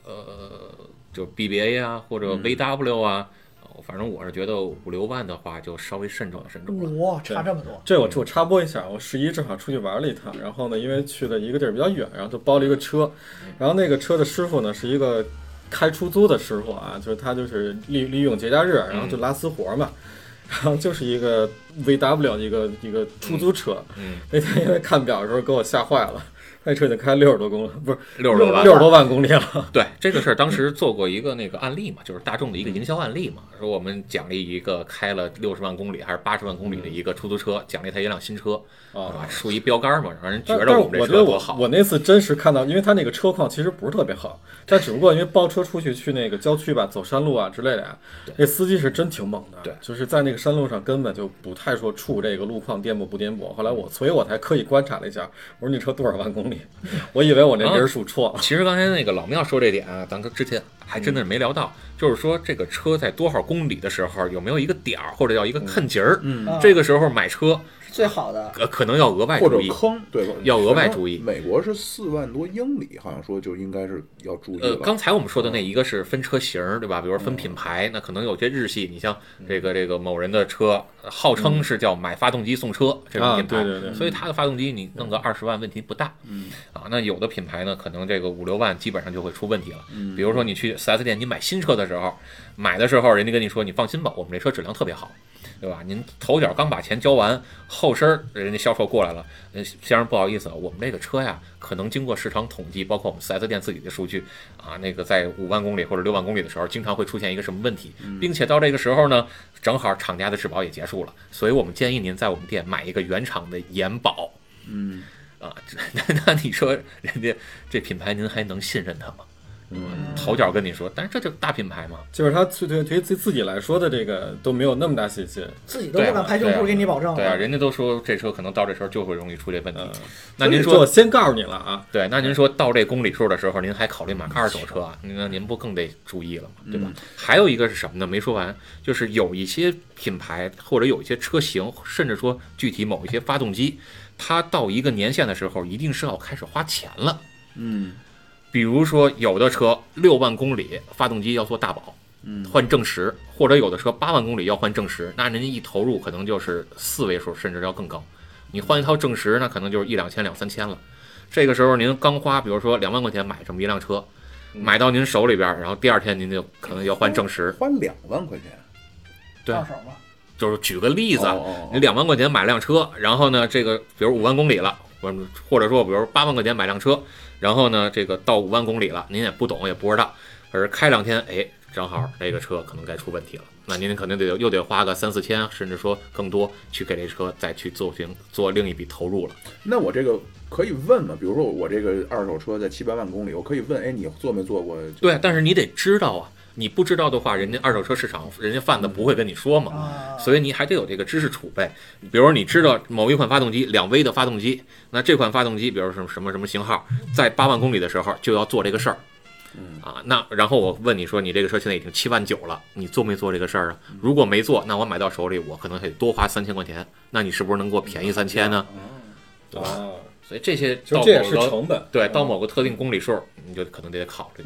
呃，就 BBA 呀、或者 VW 啊，呃反正我是觉得五六万的话，就稍微慎重慎重了。
哇，差这么多，
这我我插播一下，我十一正好出去玩了一趟，然后呢，因为去了一个地儿比较远，然后就包了一个车，
嗯
然后那个车的师傅呢是一个开出租的师傅啊，就是他就是利利用节假日，啊然后
嗯
就拉私活嘛，然后就是一个 VW 一个一个出租车，
嗯，
那天因为看表的时候给我吓坏了，那车已经开六十多公里，不是
六十多万
六，十多万公里了。
对这个事 儿，当时做过一个那个案例嘛，就是大众的一个营销案例嘛，说我们奖励一个开了六十万公里还是八十万公里的一个出租车，奖励他一辆新车，
嗯哦
是吧？竖一标杆嘛，让人觉
但但
着
是
我
我
们这
觉得
车多
我
好。
我那次真实看到，因为他那个车况其实不是特别好，但只不过因为包车出去去那个郊区吧，走山路啊之类的呀、那司机是真挺猛的，
对
就是在那个山路上根本就不太说处这个路况颠簸不颠簸。后来我，所以我才刻意观察了一下，我说你车多少万 公里？我以为我
啊
那人数错了，
其实刚才那个老庙说这点啊，咱们之前还真的
嗯
没聊到，就是说这个车在多少公里的时候有没有一个点儿或者叫一个看节儿，
嗯
啊
这个时候买车
是最好的。
呃可能要额外
或者
注意。
坑，对吧？
要额外注意
反正美国是四万多英里，好像说就应该是要注意
呃，
了。
刚才我们说的那一个是分车型儿，对吧？比如
嗯
分品牌，那可能有些日系，你像这个这个某人的车，呃号称是叫买发动机送车这种
嗯啊
品牌，
对对对
所以它的发动机你弄个二十万问题不大，嗯啊，那有的品牌呢，可能这个五六万基本上就会出问题了。
嗯
比如说你去 4S 店，你买新车的时候，买的时候人家跟你说你放心吧，我们这车质量特别好。对吧？您头脚刚把钱交完，后身儿人家销售过来了，呃，先生不好意思，我们这个车呀，可能经过市场统计，包括我们 4S 店自己的数据啊，那个在五万公里或者六万公里的时候，经常会出现一个什么问题，并且到这个时候呢，正好厂家的质保也结束了，所以我们建议您在我们店买一个原厂的延保
嗯，
啊。这 那那你说人家这品牌您还能信任他吗？嗯，头脚跟你说，但是这就是大品牌嘛，
就是他对对对自己来说的这个都没有那么大信心。
自己都不敢拍胸
对
脯
啊
给你保证
对啊，
了。
人家都说这车可能到这时候就会容易出这问题。
嗯
那您
所以
说
我先告诉你了啊，
对，那您说到这公里数的时候，您还考虑买二手车啊？那您不更得注意了吗？对
嗯
吧？还有一个是什么呢？没说完，就是有一些品牌或者有一些车型，甚至说具体某一些发动机，它到一个年限的时候，一定是要开始花钱了。
嗯
比如说，有的车六万公里发动机要做大保，换正时，或者有的车八万公里要换正时，那人家一投入可能就是四位数，甚至要更高。你换一套正时，那可能就是一两千、两三千了。这个时候您刚花，比如说两万块钱买这么一辆车，买到您手里边儿，然后第二天您就可能要换正时。
花两万块钱，
对
二手嘛，
就是举个例子啊
哦哦哦，
你两万块钱买辆车，然后呢，这个比如五万公里了，或者或者说比如八万块钱买辆车，然后呢，这个到五万公里了，您也不懂也不知道，而开两天，哎，正好这个车可能该出问题了，那您肯定得又得花个三四千，甚至说更多，去给这车再去做行做另一笔投入了。
那我这个可以问吗？比如说我这个二手车在七八万公里，我可以问，哎，你做没做过？
对，但是你得知道啊，你不知道的话，人家二手车市场人家
嗯
贩子不会跟你说嘛。
啊，
所以你还得有这个知识储备。比如你知道某一款发动机两 V 的发动机，那这款发动机，比如什么什么什么型号，在八万公里的时候就要做这个事儿。啊，那然后我问你说，你这个车现在已经七万九了，你做没做这个事儿啊？如果没做，那我买到手里，我可能还得多花三千块钱。那你是不是能给我便宜三千呢？
对吧？
所以这些
其
到某
实这也哦是
个
成本。
对
嗯
到某个特定公里数，你就可能得考虑。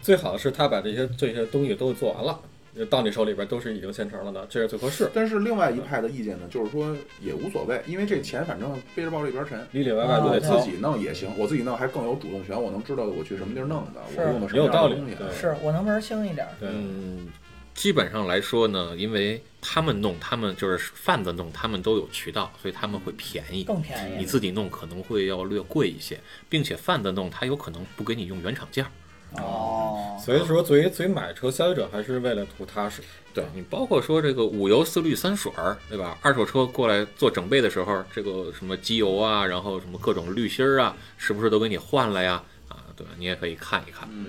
最好是他把这些这些东西都做完了，就到你手里边都是已经现成了的，这是最合适。
但是另外一派的意见呢，就是说也无所谓，因为这钱反正背着包里边沉，
里里外外都
我
得
对
操
自。己弄也行，我自己弄还更有主动权，我能知道我去什么地儿弄的，
是
我用的什
也
么样
有道
的
理
东西。，
对
是我能门儿清一点儿。
对，
嗯，基本上来说呢，因为他们弄，他们就是贩子弄，他们都有渠道，所以他们会便宜。
更便宜
你自己弄可能会要略贵一些，并且贩子弄他有可能不给你用原厂价。
哦，
所以说作为作为买车消费者，还是为了图踏实。
对你包括说这个五油四滤三水儿，对吧？二手车过来做整备的时候，这个什么机油啊，然后什么各种滤芯儿啊，是不是都给你换了呀？啊，对吧？你也可以看一看。
嗯，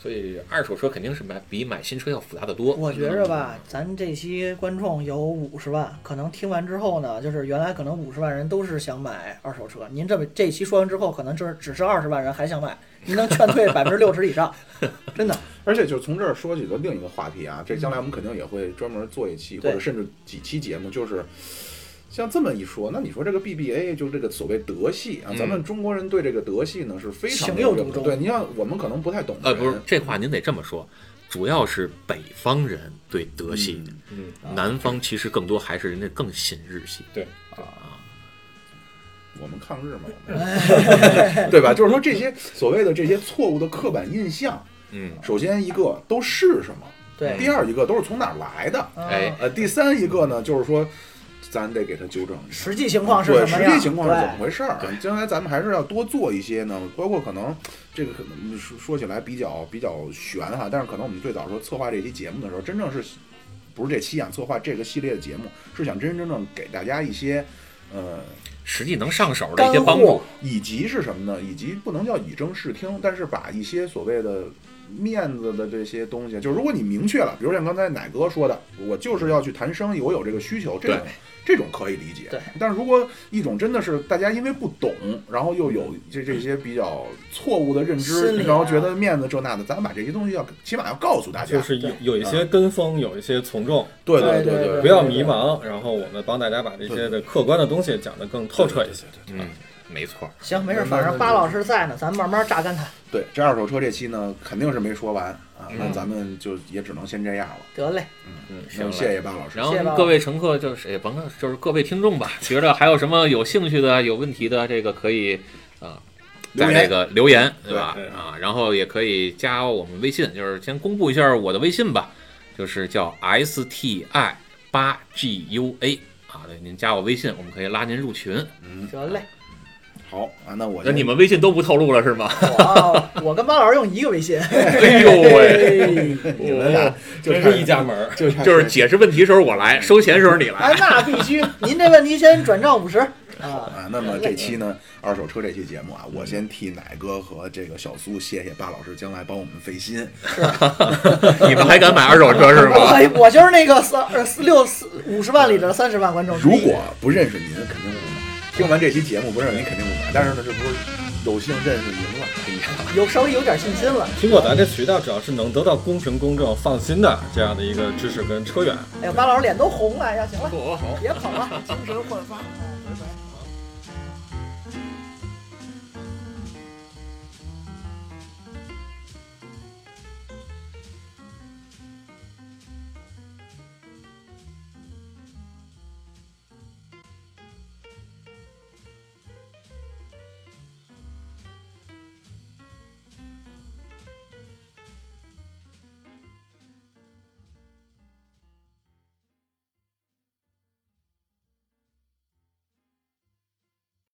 所以二手车肯定是买比买新车要复杂的多。
我觉着吧，咱这期观众有五十万，可能听完之后呢，就是原来可能五十万人都是想买二手车，您这么这期说完之后，可能就是只剩二十万人还想买，您能劝退百分之六十以上， 真的。
而且就从这儿说起的另一个话题啊，这将来我们肯定也会专门做一期，或
嗯对
者甚至几期节目，就是像这么一说，那你说这个 BBA 就这个所谓德系啊，
嗯
咱们中国人对这个德系呢是非常
情有
认
独
可
钟
对，你像我们可能不太懂的
呃，
人，啊
不是，这话您得这么说，主要是北方人对德系，
嗯，
南方其实更多还是人家更信日系。
对，
我们抗 日嘛，我们对吧？就是 说这些所谓的这些错误的刻板印象，
嗯，
首先一个都是什么，
对，
第二一个都是从哪儿来的，
嗯
哎
呃，第三一个呢就是说，咱得给他纠正一下。
实际情况是
对，
怎么
实
样？
际情况是怎么
对
回事儿？将来咱们还是要多做一些呢，包括可能这个可能说说起来比较比较悬哈，但是可能我们最早说策划这期节目的时候，真正是不是这期啊？策划这个系列的节目是想真真正正给大家一些呃
实际能上手的一
干
些帮助
货。，
以及是什么呢？以及不能叫以正视听，但是把一些所谓的面子的这些东西，就如果你明确了，比如像刚才奶哥说的，我就是要去谈生意，我有这个需求，这种这种可以理解。
对，
但是如果一种真的是大家因为不懂，然后又有这这些比较错误的认知
心，理啊
然后觉得面子这那的，咱把这些东西要起码要告诉大家。
就是有有一些跟风，有一些从众，
对
对
对
对
对
对
不要迷茫。然后我们帮大家把这些的客观的东西讲得更透彻一些。
嗯，没错。
行，没事，反正巴老师在呢，咱慢慢榨干他。
对，这二手车这期呢肯定是没说完啊，那咱们就也只能先这样了。
得嘞，
那
行
谢谢巴老师。
然后
谢谢吧
各位乘客就是也甭就是各位听众吧，觉得还有什么有兴趣的、有问题的，这个可以啊、
留
在
言
这个留言对吧？
对对
啊，然后也可以加我们微信，就是先公布一下我的微信吧，就是叫 S T I 八 G U A 啊，对，您加我微信，我们可以拉您入群。
得 嘞。
好啊，那我
那
先
你们微信都不透露了 是吗？
我我跟巴老师用一个微信，
哎呦喂，
你们俩就
真
差
是一家门儿。
就差
就是解释问题时候我来，收钱时候你
哎
来，，
那必须。您这问题先转账五十啊，
啊，那么这期呢，二手车这期节目啊，我先替奶哥和这个小苏谢谢巴老师，将来帮我们费心。
你们还敢买二手车 是吗？
我我就是那个三呃四六四五十万里的三十万观众之一。
如果不认识您，肯定不买。听完这期节目，不认识您肯定不买。但是呢，这不是有幸认识您了，哎呀，
有稍微有点信心了，
苹果咱这渠道，只要是能得到公平公正、放心的这样的一个知识跟车源，
哦
哎呀，巴老师脸都红了，哎呀，行了，
我
别跑了，精神焕发。